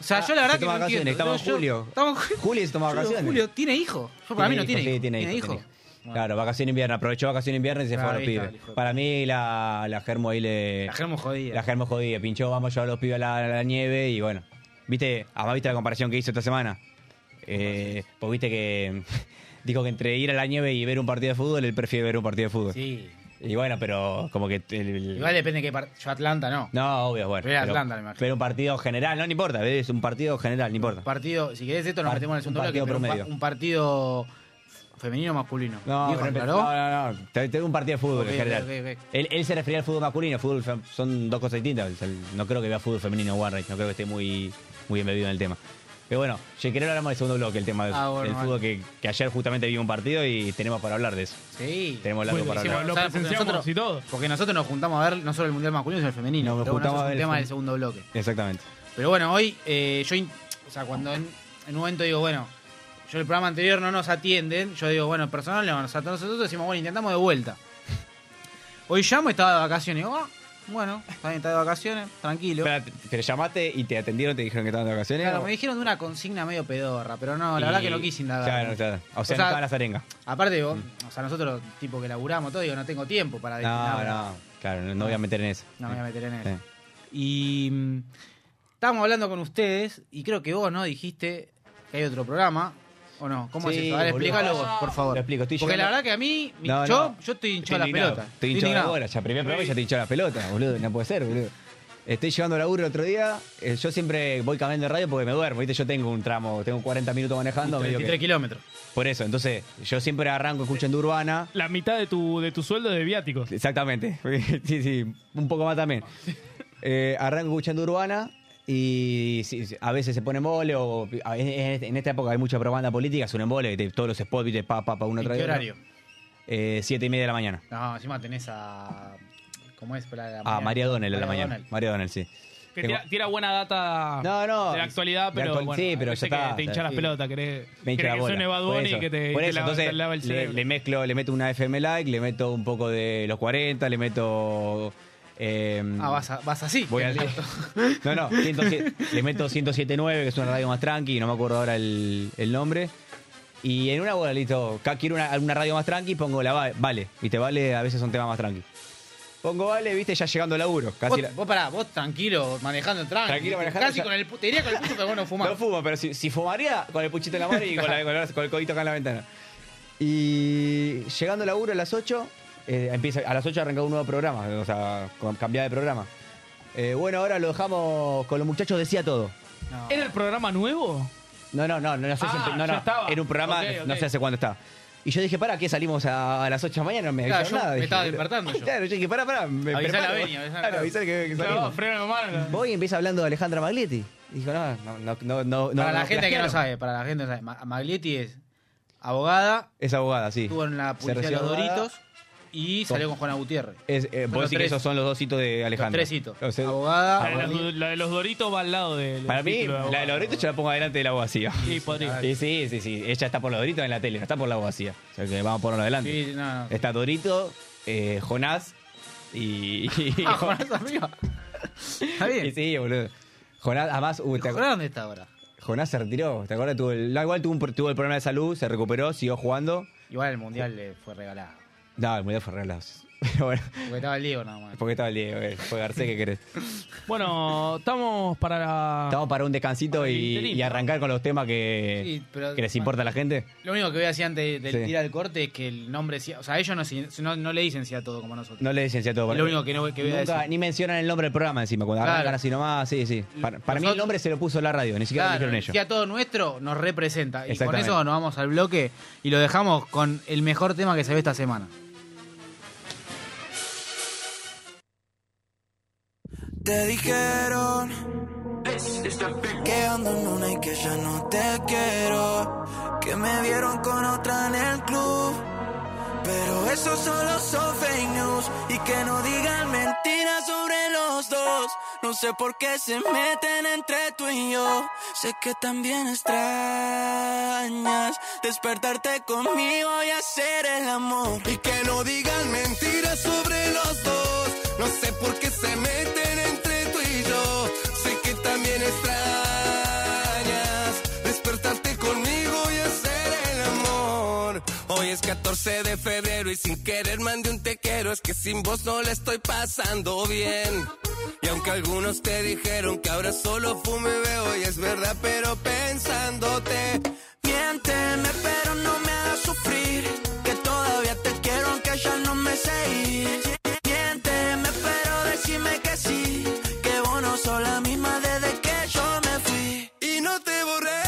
Speaker 4: O sea, yo la verdad
Speaker 5: Ah, se
Speaker 4: que
Speaker 5: tomó
Speaker 4: no
Speaker 5: vacaciones,
Speaker 4: entiendo.
Speaker 5: estaba en
Speaker 4: Yo-
Speaker 5: julio.
Speaker 4: Estamos en julio.
Speaker 5: Juli se tomó
Speaker 4: Yo digo,
Speaker 5: vacaciones.
Speaker 4: Julio, ¿tiene hijo? Yo para mí no tiene
Speaker 5: hijo,
Speaker 4: hijo.
Speaker 5: Sí, tiene, hijo.
Speaker 4: hijo?
Speaker 5: tiene hijo. Claro, vacaciones invierno, aprovechó vacaciones invierno y se
Speaker 4: Claro,
Speaker 5: fue a los
Speaker 4: ahí está,
Speaker 5: pibes.
Speaker 4: el hijo de
Speaker 5: Para mí la, la germo ahí le...
Speaker 4: La germo jodida.
Speaker 5: La germo jodida, pinchó, vamos a llevar a los pibes a la, a la nieve y bueno. ¿Viste? Además, ¿viste la comparación que hizo esta semana? Eh, pues viste que [laughs] dijo que entre ir a la nieve y ver un partido de fútbol, él prefiere ver un partido de fútbol.
Speaker 4: Sí.
Speaker 5: Y bueno, pero como que... el- el-
Speaker 4: Igual depende de qué parte. Yo Atlanta no.
Speaker 5: No, obvio, bueno.
Speaker 4: Pero era Atlanta, me imagino.
Speaker 5: pero un partido general, no, no importa, es un partido general, no importa.
Speaker 4: Partido, si querés esto nos
Speaker 5: Par-
Speaker 4: metemos en el segundo
Speaker 5: un
Speaker 4: bloque,
Speaker 5: partido
Speaker 4: pero un, pa-
Speaker 5: promedio.
Speaker 4: un partido femenino o masculino.
Speaker 5: No,
Speaker 4: Dijo,
Speaker 5: pero empe-
Speaker 4: aclaró.
Speaker 5: no, no, no. Te- te digo un partido de fútbol
Speaker 4: Ok,
Speaker 5: en general.
Speaker 4: ok, ok.
Speaker 5: Él, él se refería al fútbol masculino, fútbol fem- son dos cosas distintas. O sea, No creo que vea fútbol femenino Warriors, no creo que esté muy, muy embebido en el tema. Pero bueno, si querés hablamos del segundo bloque, el tema del,
Speaker 4: Ah, bueno,
Speaker 5: del
Speaker 4: vale.
Speaker 5: fútbol que, que ayer justamente vi un partido y tenemos para hablar de eso.
Speaker 4: Sí.
Speaker 5: Tenemos largo
Speaker 3: Bueno,
Speaker 5: para
Speaker 3: hicimos
Speaker 5: hablar.
Speaker 3: lo
Speaker 4: ¿Sabes? Porque
Speaker 3: presenciamos y todo.
Speaker 4: Porque nosotros nos juntamos a ver no solo el mundial masculino, sino el femenino.
Speaker 5: Nos
Speaker 4: Pero bueno,
Speaker 5: juntamos
Speaker 4: eso es
Speaker 5: a
Speaker 4: un
Speaker 5: ver el
Speaker 4: tema
Speaker 5: fem-
Speaker 4: del segundo bloque.
Speaker 5: Exactamente.
Speaker 4: Pero bueno, hoy eh, yo, in- o sea, cuando en, en un momento digo, bueno, yo el programa anterior no nos atienden, yo digo, bueno, personal, no, nos atienden nosotros decimos, bueno, intentamos de
Speaker 5: [laughs]
Speaker 4: vuelta. Hoy llamo, estaba de vacaciones, digo, ah, bueno, está bien, está de vacaciones, tranquilo.
Speaker 5: Espera, pero llamaste y te atendieron, te dijeron que estaban de vacaciones.
Speaker 4: Claro,
Speaker 5: o-
Speaker 4: me dijeron de una consigna medio pedorra, pero no, la verdad
Speaker 5: y-
Speaker 4: que no quise indagar.
Speaker 5: Claro, o sea, o sea,
Speaker 4: sea,
Speaker 5: no estaban las arengas.
Speaker 4: Aparte, vos, o sea, nosotros, tipo que laburamos todo, digo, no tengo tiempo para
Speaker 5: No,
Speaker 4: destinar-
Speaker 5: no, claro, no, no voy a meter en eso.
Speaker 4: No me voy a meter en eso.
Speaker 5: Sí.
Speaker 4: Y mm, estábamos hablando con ustedes y creo que vos, ¿no? Dijiste que hay otro programa. ¿O no? ¿Cómo
Speaker 5: Sí,
Speaker 4: es eso? A ver,
Speaker 5: boludo.
Speaker 4: explícalo vos, por favor.
Speaker 5: Lo explico, estoy
Speaker 4: Porque la
Speaker 5: llegando-
Speaker 4: verdad que a mí, mi-
Speaker 5: No,
Speaker 4: yo,
Speaker 5: no.
Speaker 4: yo estoy hinchado
Speaker 5: Estoy
Speaker 4: la
Speaker 5: indignado.
Speaker 4: pelota.
Speaker 5: Estoy hinchado la
Speaker 4: indignado.
Speaker 5: bola. Ya primer programa ya te hinchó la pelota, boludo. No puede ser, boludo. Estoy llevando laburo el otro día. eh, yo siempre voy cambiando de radio porque me duermo. ¿viste? Yo tengo un tramo, tengo 40 minutos manejando. medio que-
Speaker 4: 33 kilómetros.
Speaker 5: por eso, entonces, yo siempre arranco escuchando urbana.
Speaker 3: La mitad de tu, de tu sueldo de viáticos.
Speaker 5: Exactamente. [laughs] Sí, sí, un poco más también. Eh, arranco escuchando Urbana y sí, sí, a veces se pone mole o a- en este, en esta época hay mucha propaganda política, es un embole, de todos los spots, viste, pa, pa, pa, uno
Speaker 4: ¿En
Speaker 5: tras
Speaker 4: qué
Speaker 5: de otro.
Speaker 4: horario?
Speaker 5: Eh, siete y media de la mañana.
Speaker 4: No, encima tenés a. ¿Cómo es? La de la
Speaker 5: Ah,
Speaker 4: mañana.
Speaker 5: María Donnell de la
Speaker 4: María
Speaker 5: mañana.
Speaker 4: Donnell.
Speaker 5: María Donnell, sí.
Speaker 3: Que
Speaker 5: Tengo-
Speaker 3: tira, tira buena data
Speaker 5: No, no.
Speaker 3: de la actualidad,
Speaker 5: De
Speaker 3: pero.
Speaker 5: actual-
Speaker 3: bueno,
Speaker 5: sí, pero
Speaker 3: viste
Speaker 5: ya
Speaker 3: que
Speaker 5: está,
Speaker 3: te hincha las
Speaker 5: sí.
Speaker 3: pelotas, querés,
Speaker 5: Me hincha
Speaker 3: querés
Speaker 5: la
Speaker 3: que
Speaker 5: bola.
Speaker 3: suene Bad
Speaker 5: Por
Speaker 3: Bunny
Speaker 5: eso,
Speaker 3: y que te,
Speaker 5: por
Speaker 3: te
Speaker 5: eso,
Speaker 3: lava-
Speaker 5: entonces,
Speaker 3: te lava el
Speaker 5: le,
Speaker 3: cerebro.
Speaker 5: le mezclo, le meto una FM like, le meto un poco de los 40, le meto. eh,
Speaker 4: Ah, vas, a- vas así. [laughs]
Speaker 5: Voy al [laughs] No, no, 107 le meto 107.9, que es una radio más tranqui, no me acuerdo ahora el, el nombre. Y en una bola, listo, acá quiero una, una radio más tranqui, pongo la Va- Vale. Viste, Vale a veces son temas más tranqui. Pongo Vale, viste, ya llegando al laburo. Casi
Speaker 4: Vos,
Speaker 5: la-
Speaker 4: vos pará, vos tranquilo, manejando el tranqui.
Speaker 5: Tranquilo, manejando,
Speaker 4: Casi
Speaker 5: ya-
Speaker 4: con el pu- Te diría con el puto, pero vos no fumás.
Speaker 5: No fumo, pero si, si fumaría, con el puchito en la mano y con, la- con la- con el codito acá en la ventana. Y llegando al laburo a las 8, eh, empieza, a las 8 arranca un nuevo programa, o sea, con- cambiar de programa. Eh, bueno, ahora lo dejamos con los muchachos, decía todo.
Speaker 3: ¿Era el programa nuevo?
Speaker 5: No, no, no, no, sé si
Speaker 3: Ah,
Speaker 5: empe- no,
Speaker 3: ya
Speaker 5: no,
Speaker 3: estaba.
Speaker 5: Era un programa,
Speaker 3: Ok, ok.
Speaker 5: no sé hace cuándo estaba. Y yo dije, pará, ¿qué salimos a, a las 8 de la mañana? No me
Speaker 4: Claro,
Speaker 5: avisaron
Speaker 4: yo
Speaker 5: nada.
Speaker 4: me
Speaker 5: dije.
Speaker 4: estaba despertando yo.
Speaker 5: [laughs] Claro, yo dije, pará, pará. Me
Speaker 4: Avisá a la
Speaker 5: preparo.
Speaker 4: Beni, avisá a la
Speaker 5: Claro,
Speaker 4: Beni.
Speaker 5: avisá que, que
Speaker 3: No,
Speaker 5: salimos.
Speaker 3: freno de mano.
Speaker 5: Voy y empieza hablando de Alejandra Maglietti. Dijo, no, no, no, no, no.
Speaker 4: para
Speaker 5: no,
Speaker 4: la
Speaker 5: no
Speaker 4: gente que
Speaker 5: plagiaron.
Speaker 4: no sabe, para la gente que no sabe. Ma- Maglietti es abogada,
Speaker 5: Es abogada, sí.
Speaker 4: estuvo en la
Speaker 5: Se
Speaker 4: policía de
Speaker 5: recibió
Speaker 4: los
Speaker 5: abogada.
Speaker 4: Doritos y salió con Juana Gutiérrez.
Speaker 5: Es, eh,
Speaker 4: los
Speaker 5: vos decís que
Speaker 4: tres-
Speaker 5: esos son los dos hitos de
Speaker 4: Los
Speaker 5: Alejandra.
Speaker 4: tres hitos.
Speaker 5: O sea,
Speaker 4: abogada,
Speaker 3: La de, los, la de los doritos va al lado de.
Speaker 5: Ah, para mí, la de Loreto yo la pongo adelante de la abogacía.
Speaker 3: Sí, podría.
Speaker 5: Sí, sí, sí, sí. Ella está por los Doritos en la tele, no está por la abogacía. O sea que vamos a ponerlo adelante.
Speaker 4: Sí, no,
Speaker 5: [laughs]
Speaker 4: no.
Speaker 5: Está Dorito, eh, Jonás y. y-
Speaker 4: Ah, Jonás arriba. Está
Speaker 5: [laughs] y
Speaker 4: bien.
Speaker 5: sí, boludo. Jonás, además, uh, te-
Speaker 4: ¿Jonás dónde está ahora?
Speaker 5: Jonás se retiró. ¿Te acuerdas? Tuvo el- no, igual tuvo, un, tuvo el problema de salud, se recuperó, siguió jugando.
Speaker 4: Igual el mundial le fue regalado.
Speaker 5: No, el mundial fue regalado. Pero [laughs] bueno,
Speaker 4: Porque estaba el Diego nada más.
Speaker 5: porque estaba el Diego, eh, fue Garcés, ¿qué querés?
Speaker 3: Bueno, estamos para la.
Speaker 5: Estamos para un descansito
Speaker 3: Para el
Speaker 5: y,
Speaker 3: interino.
Speaker 5: y arrancar con los temas que,
Speaker 4: Sí, pero-
Speaker 5: que les importa a la gente.
Speaker 4: Lo único que voy a decir antes del
Speaker 5: Sí.
Speaker 4: tirar el corte es que el nombre decía. O sea, ellos no, se- no, no le dicen sí a todo como nosotros.
Speaker 5: No le decían si a todo.
Speaker 4: Es lo único que, no, que voy a
Speaker 5: Nunca,
Speaker 4: decir.
Speaker 5: ni mencionan el nombre del programa encima, cuando
Speaker 4: Claro.
Speaker 5: arrancan así nomás, sí, sí. Para, para mí el
Speaker 4: Nosotros-
Speaker 5: nombre se lo puso la radio, ni siquiera
Speaker 4: Claro,
Speaker 5: lo
Speaker 4: el
Speaker 5: dijeron
Speaker 4: sí
Speaker 5: ellos.
Speaker 4: a todo nuestro nos representa. Y con
Speaker 5: Exactamente.
Speaker 4: eso nos vamos al bloque y lo dejamos con el mejor tema que se ve esta semana.
Speaker 6: Te dijeron que ando en una y que ya no te quiero. Que me vieron con otra en el club. Pero eso solo son fake news. Y que no digan mentiras sobre los dos. No sé por qué se meten entre tú y yo. Sé que también extrañas despertarte conmigo y hacer el amor.
Speaker 7: Y que no digan mentiras sobre los dos. No sé por qué se meten entre tú y yo. Sé que también extrañas despertarte conmigo y hacer el amor. Hoy es 14 de febrero y sin querer mandé un te quiero. Es que sin vos no la estoy pasando bien. Y aunque algunos te dijeron que ahora solo fume y veo, y es verdad, pero pensándote.
Speaker 6: Miénteme, pero no me hagas sufrir. Que todavía te quiero, aunque ya no me sé ir. Miénteme, pero decime que sí. Que vos no sos la misma desde que yo me fui.
Speaker 7: y no te borré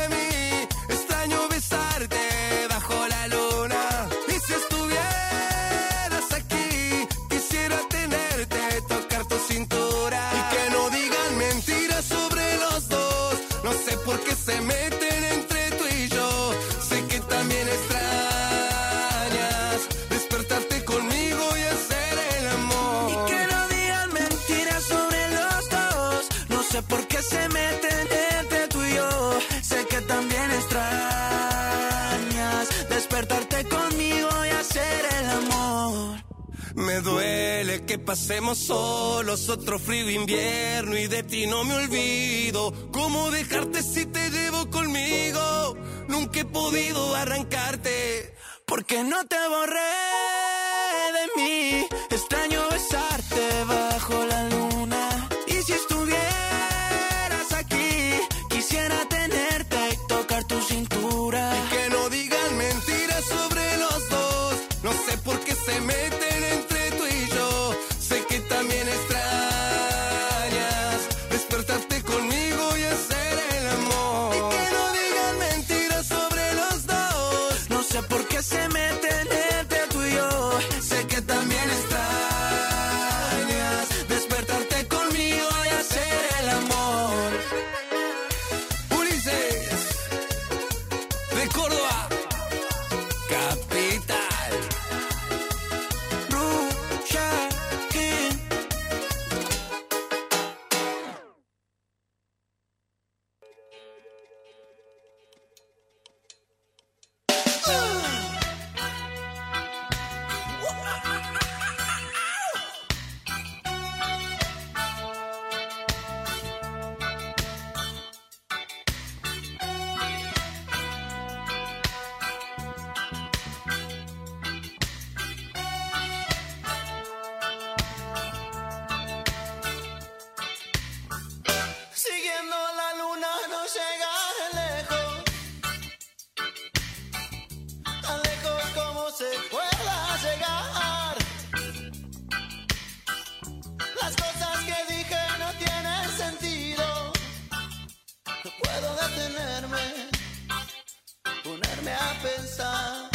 Speaker 7: de mí. Extraño besarte bajo la luna. Y si estuvieras aquí, quisiera tenerte, tocar tu cintura. Y que no digan mentiras sobre los dos. No sé por qué se meten entre tú y yo. Sé que también extrañas despertarte conmigo y hacer el amor.
Speaker 6: Y que no digan mentiras sobre los dos. No sé por qué se meten entre tú y yo. Sé que también extrañas despertarte conmigo y hacer el amor.
Speaker 7: Me duele que pasemos solos otro frío invierno y de ti no me olvido. ¿Cómo dejarte si te llevo conmigo? Nunca he podido arrancarte.
Speaker 6: Porque no te borré de mí. Extraño besarte bajo la luna. Y si estuvieras aquí, quisiera tenerte y tocar tu cintura.
Speaker 7: Que no digan mentiras sobre los dos. No sé por qué se meten entre tú y yo. Sé que también extrañas. me tenerte tú y yo. Sé que también extrañas despertarte conmigo y hacer el amor. Ulises, de Córdoba, capital. Rucha King. Siguiendo la luna no llega lejos. Tan lejos como se pueda llegar. Las cosas que dije no tienen sentido. No puedo detenerme, ponerme a pensar.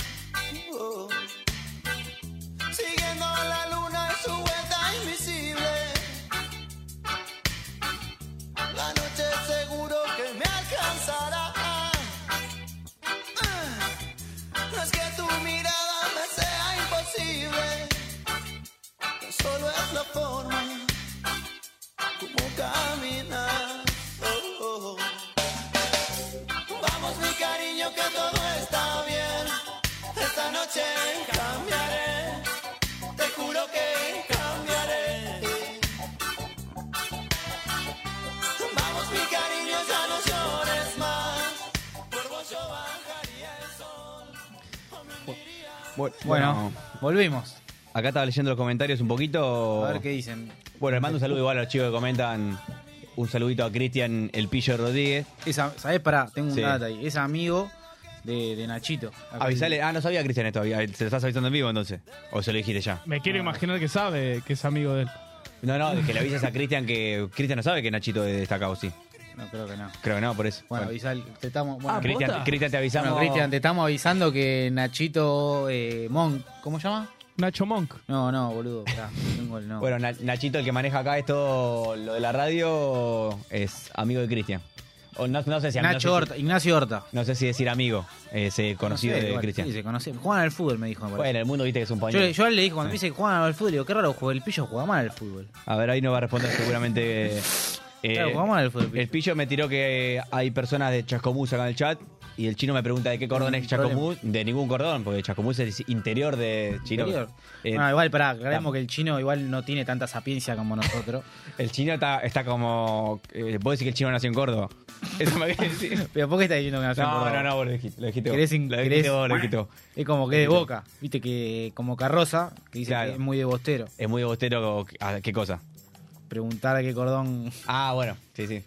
Speaker 7: Oh. Siguiendo la luna en su vuelta invisible. La noche seguro que me alcanzará. Ah, No es que tu mirada me sea imposible, tan solo es la forma como caminar. Oh, oh, oh. Vamos mi cariño que todo está bien. Esta noche cambiaré, te juro que cambiaré. Vamos mi cariño, ya no llores más. Por vos yo bajaría el sol.
Speaker 5: Bueno,
Speaker 4: Bueno, volvimos.
Speaker 5: acá estaba leyendo los comentarios un poquito.
Speaker 4: A ver qué dicen.
Speaker 5: Bueno, le mando un saludo igual a los chicos que comentan. Un saludito a Cristian El Pillo Rodríguez.
Speaker 4: Esa, ¿Sabés? Pará, tengo un
Speaker 5: Sí.
Speaker 4: data ahí. Es amigo de, de Nachito.
Speaker 5: Avisale. Ah, no sabía Cristian esto. Se lo estás avisando en vivo entonces. O se lo dijiste ya.
Speaker 3: Me quiero imaginar que sabe que es amigo de él.
Speaker 5: No, no, que le avises a Cristian que. Cristian no sabe que Nachito es destacado, sí.
Speaker 4: No, creo que no.
Speaker 5: Creo que no, por eso.
Speaker 4: Bueno, avisale. Te estamos, bueno,
Speaker 5: Cristian, Cristian, te avisamos.
Speaker 4: Bueno, Cristian, te estamos avisando que Nachito eh, Mon, ¿cómo se llama?
Speaker 3: Nacho Monk.
Speaker 4: No, no, boludo, pará, tengo el no.
Speaker 5: Bueno, Na- Nachito, el que maneja acá esto, lo de la radio, es amigo de Cristian. O no, no sé si
Speaker 4: Nacho
Speaker 5: no sé si-
Speaker 4: Horta, Ignacio Horta.
Speaker 5: no sé si decir amigo, es eh, conocido
Speaker 4: No sé,
Speaker 5: de
Speaker 4: igual,
Speaker 5: Cristian.
Speaker 4: Sí, se conoce. Juegan al fútbol, me dijo. me
Speaker 5: Bueno,
Speaker 4: parece.
Speaker 5: en el mundo viste que es un
Speaker 4: yo,
Speaker 5: pañuelo.
Speaker 4: yo le dije cuando me
Speaker 5: Sí.
Speaker 4: dice que juegan al fútbol, digo, qué raro, juega- el pillo juega mal al fútbol.
Speaker 5: A ver, ahí nos va a responder seguramente. eh, eh,
Speaker 4: Claro, juega mal al fútbol.
Speaker 5: el pillo me tiró que hay personas de Chascomús acá en el chat. Y el chino me pregunta de qué cordón
Speaker 4: Mm,
Speaker 5: es Chascomús. De ningún cordón, porque Chascomús es interior de Chino.
Speaker 4: Interior.
Speaker 5: Eh,
Speaker 4: bueno, igual, pará, aclaremos que el chino igual no tiene tanta sapiencia como
Speaker 5: [laughs]
Speaker 4: nosotros.
Speaker 5: El chino está, está como. Eh, vos decís que el chino nació
Speaker 4: [laughs]
Speaker 5: en Córdoba. Eso me querés decir.
Speaker 4: Pero ¿por qué estás diciendo que nació en
Speaker 5: No,
Speaker 4: Córdoba?
Speaker 5: no, no, vos lo dijiste. Lo dijiste vos.
Speaker 4: Querés in-
Speaker 5: Lo dijiste
Speaker 4: querés-
Speaker 5: vos, lo dijiste vos.
Speaker 4: Es como que de boca, viste que como carroza, que dice
Speaker 5: Claro.
Speaker 4: que es muy de bostero.
Speaker 5: Es muy bostero. o- ¿a ¿Qué cosa?
Speaker 4: Preguntar a qué cordón. [laughs]
Speaker 5: Ah, bueno. Sí, sí.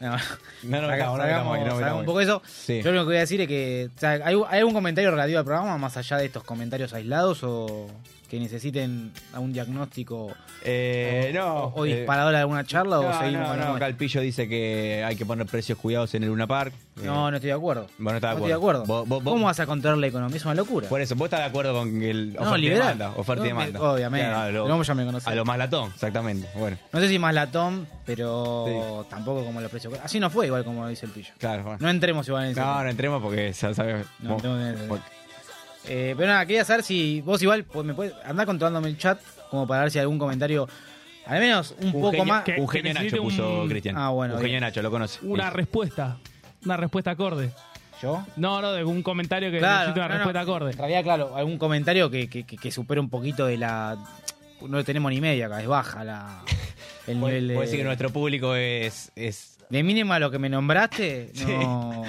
Speaker 4: No,
Speaker 5: No, no,
Speaker 4: Saca-
Speaker 5: no, no,
Speaker 4: sacamos-
Speaker 5: no, no, no,
Speaker 4: sacamos
Speaker 5: no.
Speaker 4: un poco eso.
Speaker 5: Sí.
Speaker 4: Yo lo único que voy a decir es que o sea, ¿hay, hay algún comentario relativo al programa más allá de estos comentarios aislados o que necesiten algún diagnóstico
Speaker 5: Eh, no.
Speaker 4: o
Speaker 5: eh,
Speaker 4: disparador de alguna charla o
Speaker 5: no,
Speaker 4: seguimos
Speaker 5: no,
Speaker 4: con
Speaker 5: no,
Speaker 4: lo
Speaker 5: acá el
Speaker 4: nuestro?
Speaker 5: pillo dice que hay que poner precios cuidados en el Luna Park. Eh,
Speaker 4: No, no estoy de acuerdo.
Speaker 5: Vos no estás de
Speaker 4: estoy de
Speaker 5: acuerdo.
Speaker 4: acuerdo.
Speaker 5: Vos- vos- vos-
Speaker 4: ¿Cómo vas a controlar la economía? Es una locura.
Speaker 5: Por eso, vos estás de acuerdo con el oferta
Speaker 4: no,
Speaker 5: y
Speaker 4: liberal.
Speaker 5: demanda. Oferta y
Speaker 4: No, me-
Speaker 5: demanda.
Speaker 4: Obviamente.
Speaker 5: Claro, a lo-
Speaker 4: Pero vos ya me conocés.
Speaker 5: a lo más latón, exactamente. Bueno,
Speaker 4: No sé si más latón, pero tampoco como los precios. Así no fue igual como dice el pillo.
Speaker 5: claro, bueno.
Speaker 4: No entremos igual en ese
Speaker 5: No, no entremos porque ya sabes.
Speaker 4: No,
Speaker 5: vos-
Speaker 4: tengo que-
Speaker 5: vos-
Speaker 4: Eh, pero nada, quería saber si vos igual pues, me puedes andar controlándome el chat como para ver si hay algún comentario, al menos un,
Speaker 5: un
Speaker 4: poco
Speaker 5: genio-
Speaker 4: más.
Speaker 3: que-
Speaker 5: Un genio
Speaker 3: necesite
Speaker 5: Nacho puso
Speaker 3: un-
Speaker 5: Cristian.
Speaker 4: Ah, bueno,
Speaker 5: Un genio
Speaker 4: bien.
Speaker 5: Nacho, lo conoce.
Speaker 3: Una
Speaker 5: Sí.
Speaker 3: respuesta. Una respuesta acorde.
Speaker 4: ¿Yo?
Speaker 3: No, no, de un comentario que necesita una
Speaker 4: no, no.
Speaker 3: respuesta
Speaker 4: En
Speaker 3: acorde.
Speaker 4: realidad, claro, algún comentario que, que, que- que supere un poquito de la. No lo tenemos ni media acá, es baja la, el
Speaker 5: Vos-
Speaker 4: nivel de.
Speaker 5: vos decís que nuestro público es. es
Speaker 4: De mínima lo que me
Speaker 5: [laughs]
Speaker 4: nombraste, no.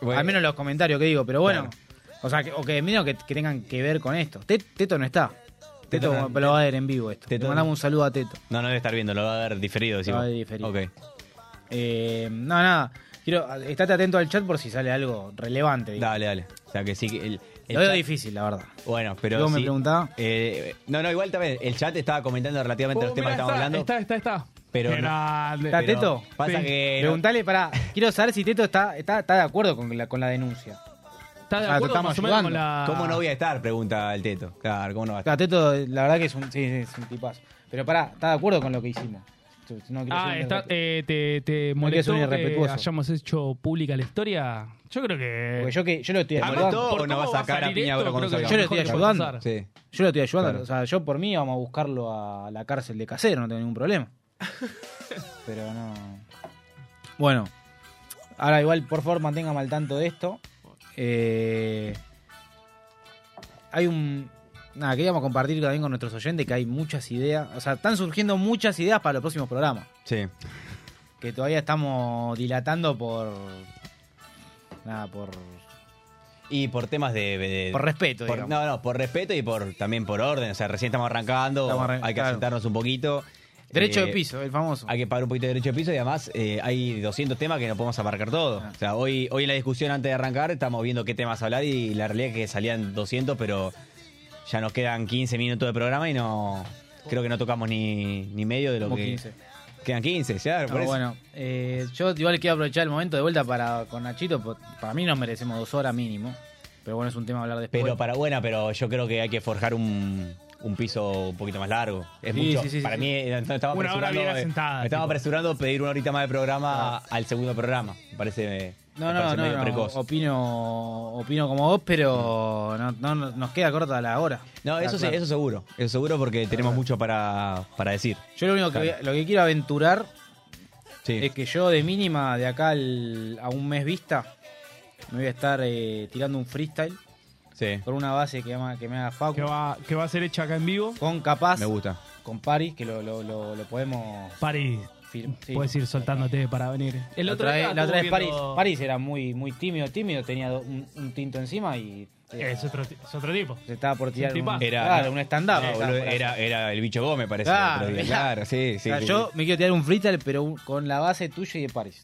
Speaker 5: Bueno.
Speaker 4: Al menos los comentarios que digo, pero bueno.
Speaker 5: Pues- Claro.
Speaker 4: O sea, que, o que mínimo que, que tengan que ver con esto. Te- Teto no está.
Speaker 5: Teto
Speaker 4: Teto,
Speaker 5: no-
Speaker 4: lo va a ver en vivo esto.
Speaker 5: Teto
Speaker 4: Le
Speaker 5: no.
Speaker 4: mandamos un saludo a Teto.
Speaker 5: no, no debe estar viendo, lo va a haber diferido. decís
Speaker 4: Lo va a
Speaker 5: vos.
Speaker 4: ver diferido.
Speaker 5: Ok.
Speaker 4: Eh, no, nada. Quiero, estate atento al chat por si sale algo relevante. digo.
Speaker 5: Dale, dale. O sea que sí. que El, el
Speaker 4: Lo veo
Speaker 5: chat-
Speaker 4: difícil, la verdad.
Speaker 5: Bueno, pero.
Speaker 4: Luego me
Speaker 5: sí,
Speaker 4: preguntaba.
Speaker 5: eh, no, no, igual también. El chat estaba comentando relativamente a los
Speaker 3: Oh,
Speaker 5: temas
Speaker 3: mirá,
Speaker 5: que estamos
Speaker 3: está,
Speaker 5: hablando.
Speaker 3: Está, está, está.
Speaker 5: Pero no-
Speaker 3: Grande.
Speaker 4: ¿Está
Speaker 5: pero
Speaker 4: Teto?
Speaker 5: Pasa
Speaker 3: Sí.
Speaker 5: que. no-
Speaker 4: Preguntale para. Quiero saber si Teto está, está, está de acuerdo con la, con la denuncia.
Speaker 5: Ah,
Speaker 3: ¿Estás de
Speaker 4: O sea, te
Speaker 3: acuerdo
Speaker 4: estamos
Speaker 3: más o menos con
Speaker 4: ayudando.
Speaker 3: la.
Speaker 5: ¿Cómo no voy a estar? Pregunta el teto. Claro, ¿cómo no va a estar?
Speaker 4: Cateto, la verdad que es un, sí, es un tipazo. Pero pará, ¿está de acuerdo con lo que hicimos? Yo No quiero
Speaker 3: Ah,
Speaker 4: ser un
Speaker 3: está,
Speaker 4: irrespetuoso.
Speaker 3: eh, te, te
Speaker 4: No quiero ser
Speaker 3: molestó
Speaker 4: un
Speaker 3: que
Speaker 4: irrespetuoso.
Speaker 3: hayamos hecho pública la historia. Yo creo que.
Speaker 4: Porque yo, que, yo lo estoy
Speaker 5: ¿Te
Speaker 3: Además,
Speaker 4: ayudando.
Speaker 5: molestó
Speaker 3: Ah, por
Speaker 5: o no
Speaker 3: cómo
Speaker 5: va a
Speaker 3: va a
Speaker 5: sacar a
Speaker 3: salir
Speaker 5: piña
Speaker 3: esto,
Speaker 5: ahora cuando
Speaker 3: creo que
Speaker 5: salga?
Speaker 4: Yo lo estoy
Speaker 3: mejor que
Speaker 4: ayudando.
Speaker 3: pasar.
Speaker 5: Sí.
Speaker 4: Yo lo estoy ayudando.
Speaker 5: Claro.
Speaker 4: O sea, yo por mí vamos a buscarlo a la cárcel de casero, no tengo ningún
Speaker 5: [laughs]
Speaker 4: problema. Pero no. Bueno, ahora igual, por favor, manténgame al tanto de esto. Eh, hay un. Nada, queríamos compartir también con nuestros oyentes que hay muchas ideas. O sea, están surgiendo muchas ideas para los próximos programas.
Speaker 5: Sí.
Speaker 4: que todavía estamos dilatando por nada por
Speaker 5: Y por temas de. de-
Speaker 4: por respeto
Speaker 5: por-
Speaker 4: digamos.
Speaker 5: no, no, por respeto y por también por orden. O sea, recién estamos arrancando,
Speaker 4: Estamos arran-
Speaker 5: hay que
Speaker 4: claro.
Speaker 5: asentarnos un poquito.
Speaker 4: derecho
Speaker 5: Eh,
Speaker 4: de piso el famoso
Speaker 5: Hay que pagar un poquito de derecho de piso y además eh, hay 200 temas que no podemos abarcar todo.
Speaker 4: Ah.
Speaker 5: O sea, hoy, hoy en la discusión antes de arrancar estamos viendo qué temas hablar y la realidad es que salían 200, pero ya nos quedan 15 minutos de programa y no creo que no tocamos ni, ni medio de lo
Speaker 4: Como
Speaker 5: que...
Speaker 4: 15.
Speaker 5: Quedan 15, claro,
Speaker 4: No,
Speaker 5: por eso.
Speaker 4: Ah, bueno eh, yo igual quiero aprovechar el momento de vuelta para con Nachito por- para mí nos merecemos dos horas mínimo pero bueno es un tema a hablar después
Speaker 5: Pero para buena, pero yo creo que hay que forjar un, un piso un poquito más largo. Es
Speaker 4: Sí,
Speaker 5: mucho.
Speaker 4: sí, sí,
Speaker 5: para
Speaker 4: sí.
Speaker 5: mí eh, no, estaba
Speaker 3: Una hora
Speaker 5: apresurando,
Speaker 3: bien
Speaker 5: eh,
Speaker 3: asentada,
Speaker 5: Me estaba
Speaker 3: tipo.
Speaker 5: apresurando a pedir una horita más de programa al segundo programa. Me parece,
Speaker 4: Ah. no
Speaker 5: me
Speaker 4: no
Speaker 5: parece
Speaker 4: no,
Speaker 5: medio
Speaker 4: no,
Speaker 5: precoz.
Speaker 4: opino opino como vos pero no, no- no- nos queda corta la hora
Speaker 5: No,
Speaker 4: Está
Speaker 5: eso, sí,
Speaker 4: claro.
Speaker 5: eso seguro. Eso seguro porque tenemos mucho para, para decir.
Speaker 4: yo lo único que voy a- lo que quiero aventurar
Speaker 5: Sí.
Speaker 4: es que yo de mínima de acá al- a un mes vista me voy a estar eh, tirando un freestyle
Speaker 5: sí.
Speaker 4: con una base que, ama- que me haga Facu.
Speaker 3: Que va, que va a ser hecha acá en vivo.
Speaker 4: Con Capaz,
Speaker 5: Me gusta.
Speaker 4: con Paris, que lo, lo, lo, lo podemos
Speaker 3: París,
Speaker 4: firmar.
Speaker 3: puedes ir soltándote para venir. El
Speaker 4: La
Speaker 3: otro
Speaker 4: otra
Speaker 3: día
Speaker 4: vez, la otra vez
Speaker 3: estuvo
Speaker 4: Paris,
Speaker 3: viendo-
Speaker 4: Paris era muy, muy tímido, tímido, tenía do- un, un tinto encima y eh,
Speaker 3: Es otro, es otro tipo.
Speaker 4: se estaba por tirar un,
Speaker 3: tipazo.
Speaker 5: Era-
Speaker 4: claro, un stand-up.
Speaker 5: No,
Speaker 4: estaba
Speaker 5: boludo,
Speaker 4: por
Speaker 5: era, era el bicho Gómez, parece.
Speaker 4: Claro,
Speaker 5: el otro día.
Speaker 4: mirá.
Speaker 5: claro sí, sí.
Speaker 4: hacer. O sea, yo me quiero tirar un freestyle, pero un- con la base tuya y de Paris.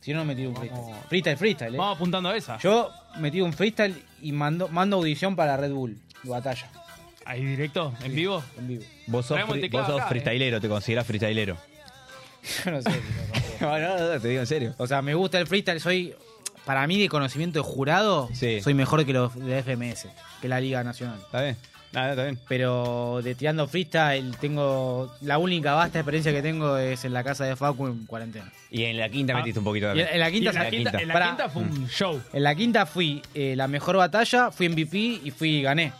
Speaker 4: Si no, no me tiro un freestyle. Freestyle, freestyle. eh.
Speaker 3: Vamos apuntando a esa.
Speaker 4: Yo me tiro un freestyle y mando, mando audición para Red Bull, batalla,
Speaker 3: Ahí directo, en vivo.
Speaker 4: en vivo. [laughs]
Speaker 5: Vos sos,
Speaker 3: Traemos el
Speaker 5: fri-
Speaker 3: teclado
Speaker 5: vos sos
Speaker 3: acá, eh.
Speaker 5: freestylero, te considerás freestylero.
Speaker 4: Yo [laughs] no sé.
Speaker 5: no, no, no, te digo en serio.
Speaker 4: O sea, me gusta el freestyle, soy. Para mí, de conocimiento de jurado,
Speaker 5: Sí.
Speaker 4: soy mejor que los de FMS, que la Liga Nacional.
Speaker 5: ¿Está bien? Ah, no, está bien.
Speaker 4: Pero de tirando freestyle, tengo. La única vasta experiencia que tengo es en la casa de Facu en cuarentena.
Speaker 5: Y en la quinta
Speaker 3: Ah.
Speaker 5: metiste un poquito
Speaker 4: Y
Speaker 5: también.
Speaker 4: en la
Speaker 3: Y
Speaker 4: quinta.
Speaker 3: en la quinta, Mm. en la
Speaker 4: Pará.
Speaker 3: quinta fue un show.
Speaker 4: En la quinta fui eh, la mejor batalla, fui MVP y fui gané.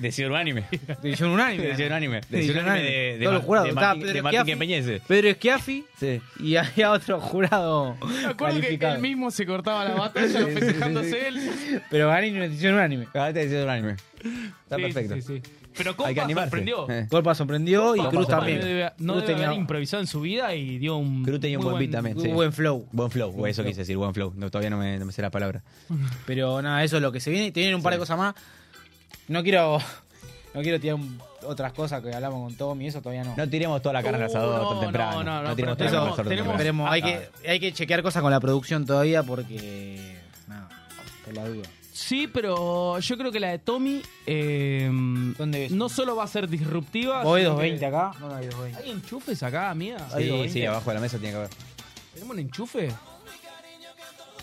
Speaker 5: Decir un
Speaker 3: [laughs]
Speaker 5: anime.
Speaker 4: División
Speaker 5: [laughs]
Speaker 4: unánime.
Speaker 5: Decir un
Speaker 4: gané.
Speaker 5: anime. Decir
Speaker 4: División
Speaker 5: un anime
Speaker 4: unánime.
Speaker 5: de, de,
Speaker 4: Todos los
Speaker 5: Mar-
Speaker 4: jurados.
Speaker 5: de
Speaker 4: Estaba
Speaker 5: Martín, de
Speaker 4: Pedro
Speaker 5: Martín
Speaker 4: Schiaffi,
Speaker 5: Quepeñese.
Speaker 4: Pedro Schiaffi
Speaker 5: Sí.
Speaker 4: y [laughs] había otro jurado.
Speaker 3: Me acuerdo que
Speaker 4: calificado.
Speaker 3: él mismo se cortaba la batalla festejándose él.
Speaker 4: Pero gané en división unánime.
Speaker 5: Acabaste de decir un anime. Está
Speaker 3: Sí,
Speaker 5: perfecto.
Speaker 3: sí, sí. Pero
Speaker 5: Hay que
Speaker 3: Copa
Speaker 5: animarse.
Speaker 3: sorprendió.
Speaker 5: Eh.
Speaker 4: Golpa sorprendió y
Speaker 3: Copa
Speaker 4: Cruz
Speaker 3: no
Speaker 4: también.
Speaker 3: debe- No
Speaker 4: Cruz
Speaker 3: debe haber
Speaker 4: tenía-
Speaker 3: improvisado en su vida y dio un.
Speaker 5: Cruz tenía un
Speaker 3: muy
Speaker 5: buen beat también.
Speaker 4: Tuvo
Speaker 5: Sí.
Speaker 4: buen flow.
Speaker 5: Buen flow,
Speaker 4: Buen
Speaker 5: eso
Speaker 4: flow.
Speaker 5: quise decir, buen flow. No, todavía no me, no me sé la palabra.
Speaker 4: Pero nada, eso es lo que se viene. Te vienen un par de cosas más. No quiero. [laughs] No quiero tirar un- otras cosas que hablamos con Tommy, eso todavía no.
Speaker 5: No tiremos toda la carne al
Speaker 3: Uh,
Speaker 5: asador
Speaker 3: no,
Speaker 5: tan temprano.
Speaker 3: no, no, no,
Speaker 4: pero tenemos-
Speaker 5: tiremos toda la carne al asador tan
Speaker 3: tenemos-
Speaker 5: temprano.
Speaker 4: Veremos, hay que,
Speaker 5: Ah.
Speaker 4: hay que chequear cosas con la producción todavía porque. Nada, por la duda.
Speaker 3: Sí, pero yo creo que la de Tommy eh,
Speaker 4: ¿Dónde ves?
Speaker 3: no solo va a ser disruptiva.
Speaker 4: Vos ves
Speaker 3: sino
Speaker 4: 220
Speaker 3: que-
Speaker 4: acá. No, no hay 220.
Speaker 3: ¿Hay enchufes acá, mía?
Speaker 5: Sí, sí, abajo de la mesa tiene que haber.
Speaker 3: ¿Tenemos un enchufe?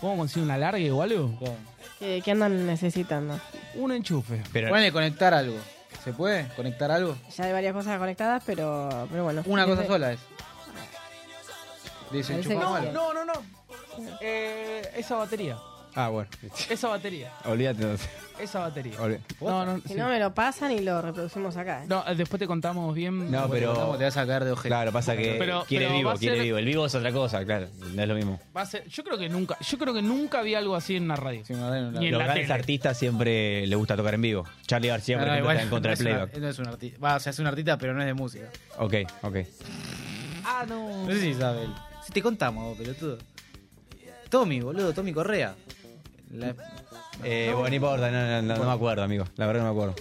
Speaker 3: ¿Podemos conseguir un alargue o algo?
Speaker 4: Claro.
Speaker 8: ¿Qué, qué andan necesitando?
Speaker 3: Un enchufe.
Speaker 5: Pero
Speaker 4: Ponele conectar algo. ¿Se puede? ¿Conectar algo?
Speaker 8: Ya hay varias cosas conectadas, pero, pero bueno.
Speaker 4: Una cosa
Speaker 8: Desde-
Speaker 4: sola es.
Speaker 8: Parece que
Speaker 4: Desenchufamos
Speaker 8: sí.
Speaker 4: algo.
Speaker 3: No, no, no. Eh, esa batería.
Speaker 5: Ah,
Speaker 3: [laughs]
Speaker 5: bueno.
Speaker 3: Esa batería.
Speaker 5: Olvídate entonces.
Speaker 3: Esa batería.
Speaker 5: Olví-
Speaker 3: No, no,
Speaker 8: Si
Speaker 3: sí.
Speaker 8: no, me lo pasan y lo reproducimos acá. ¿eh?
Speaker 3: No, eh, después te contamos bien.
Speaker 5: No,
Speaker 4: ¿Cómo te
Speaker 5: pero.
Speaker 4: vas a caer de ojete?
Speaker 5: Claro, pasa que
Speaker 3: Pero-
Speaker 5: quiere
Speaker 3: pero va
Speaker 5: vivo,
Speaker 3: a
Speaker 5: quiere
Speaker 3: ser-
Speaker 5: vivo. El vivo es otra cosa, claro. No es lo mismo.
Speaker 3: Va a ser- yo creo que nunca, yo creo que nunca vi algo así en una radio.
Speaker 4: Sí, una radio, una
Speaker 3: Ni
Speaker 4: radio.
Speaker 3: en
Speaker 5: Los
Speaker 3: la
Speaker 5: grandes
Speaker 3: tele. Ah,
Speaker 5: artistas siempre les gusta tocar en vivo. Charlie García, por
Speaker 4: No, no,
Speaker 5: ejemplo,
Speaker 4: Ah, igual,
Speaker 5: está en
Speaker 4: [laughs]
Speaker 5: contra
Speaker 4: no
Speaker 3: [laughs]
Speaker 5: del
Speaker 4: es una-
Speaker 5: playback.
Speaker 4: No es un artista. Va, o sea, es un artista, pero no es de música.
Speaker 5: Ok, ok.
Speaker 3: Ah, no.
Speaker 4: No sé si sabe él. Si te contamos, vos, pelotudo. Tommy, boludo, Tommy Correa. La-
Speaker 5: Eh, bueno, no importa, no, no, no, no me acuerdo, amigo. La verdad no me acuerdo.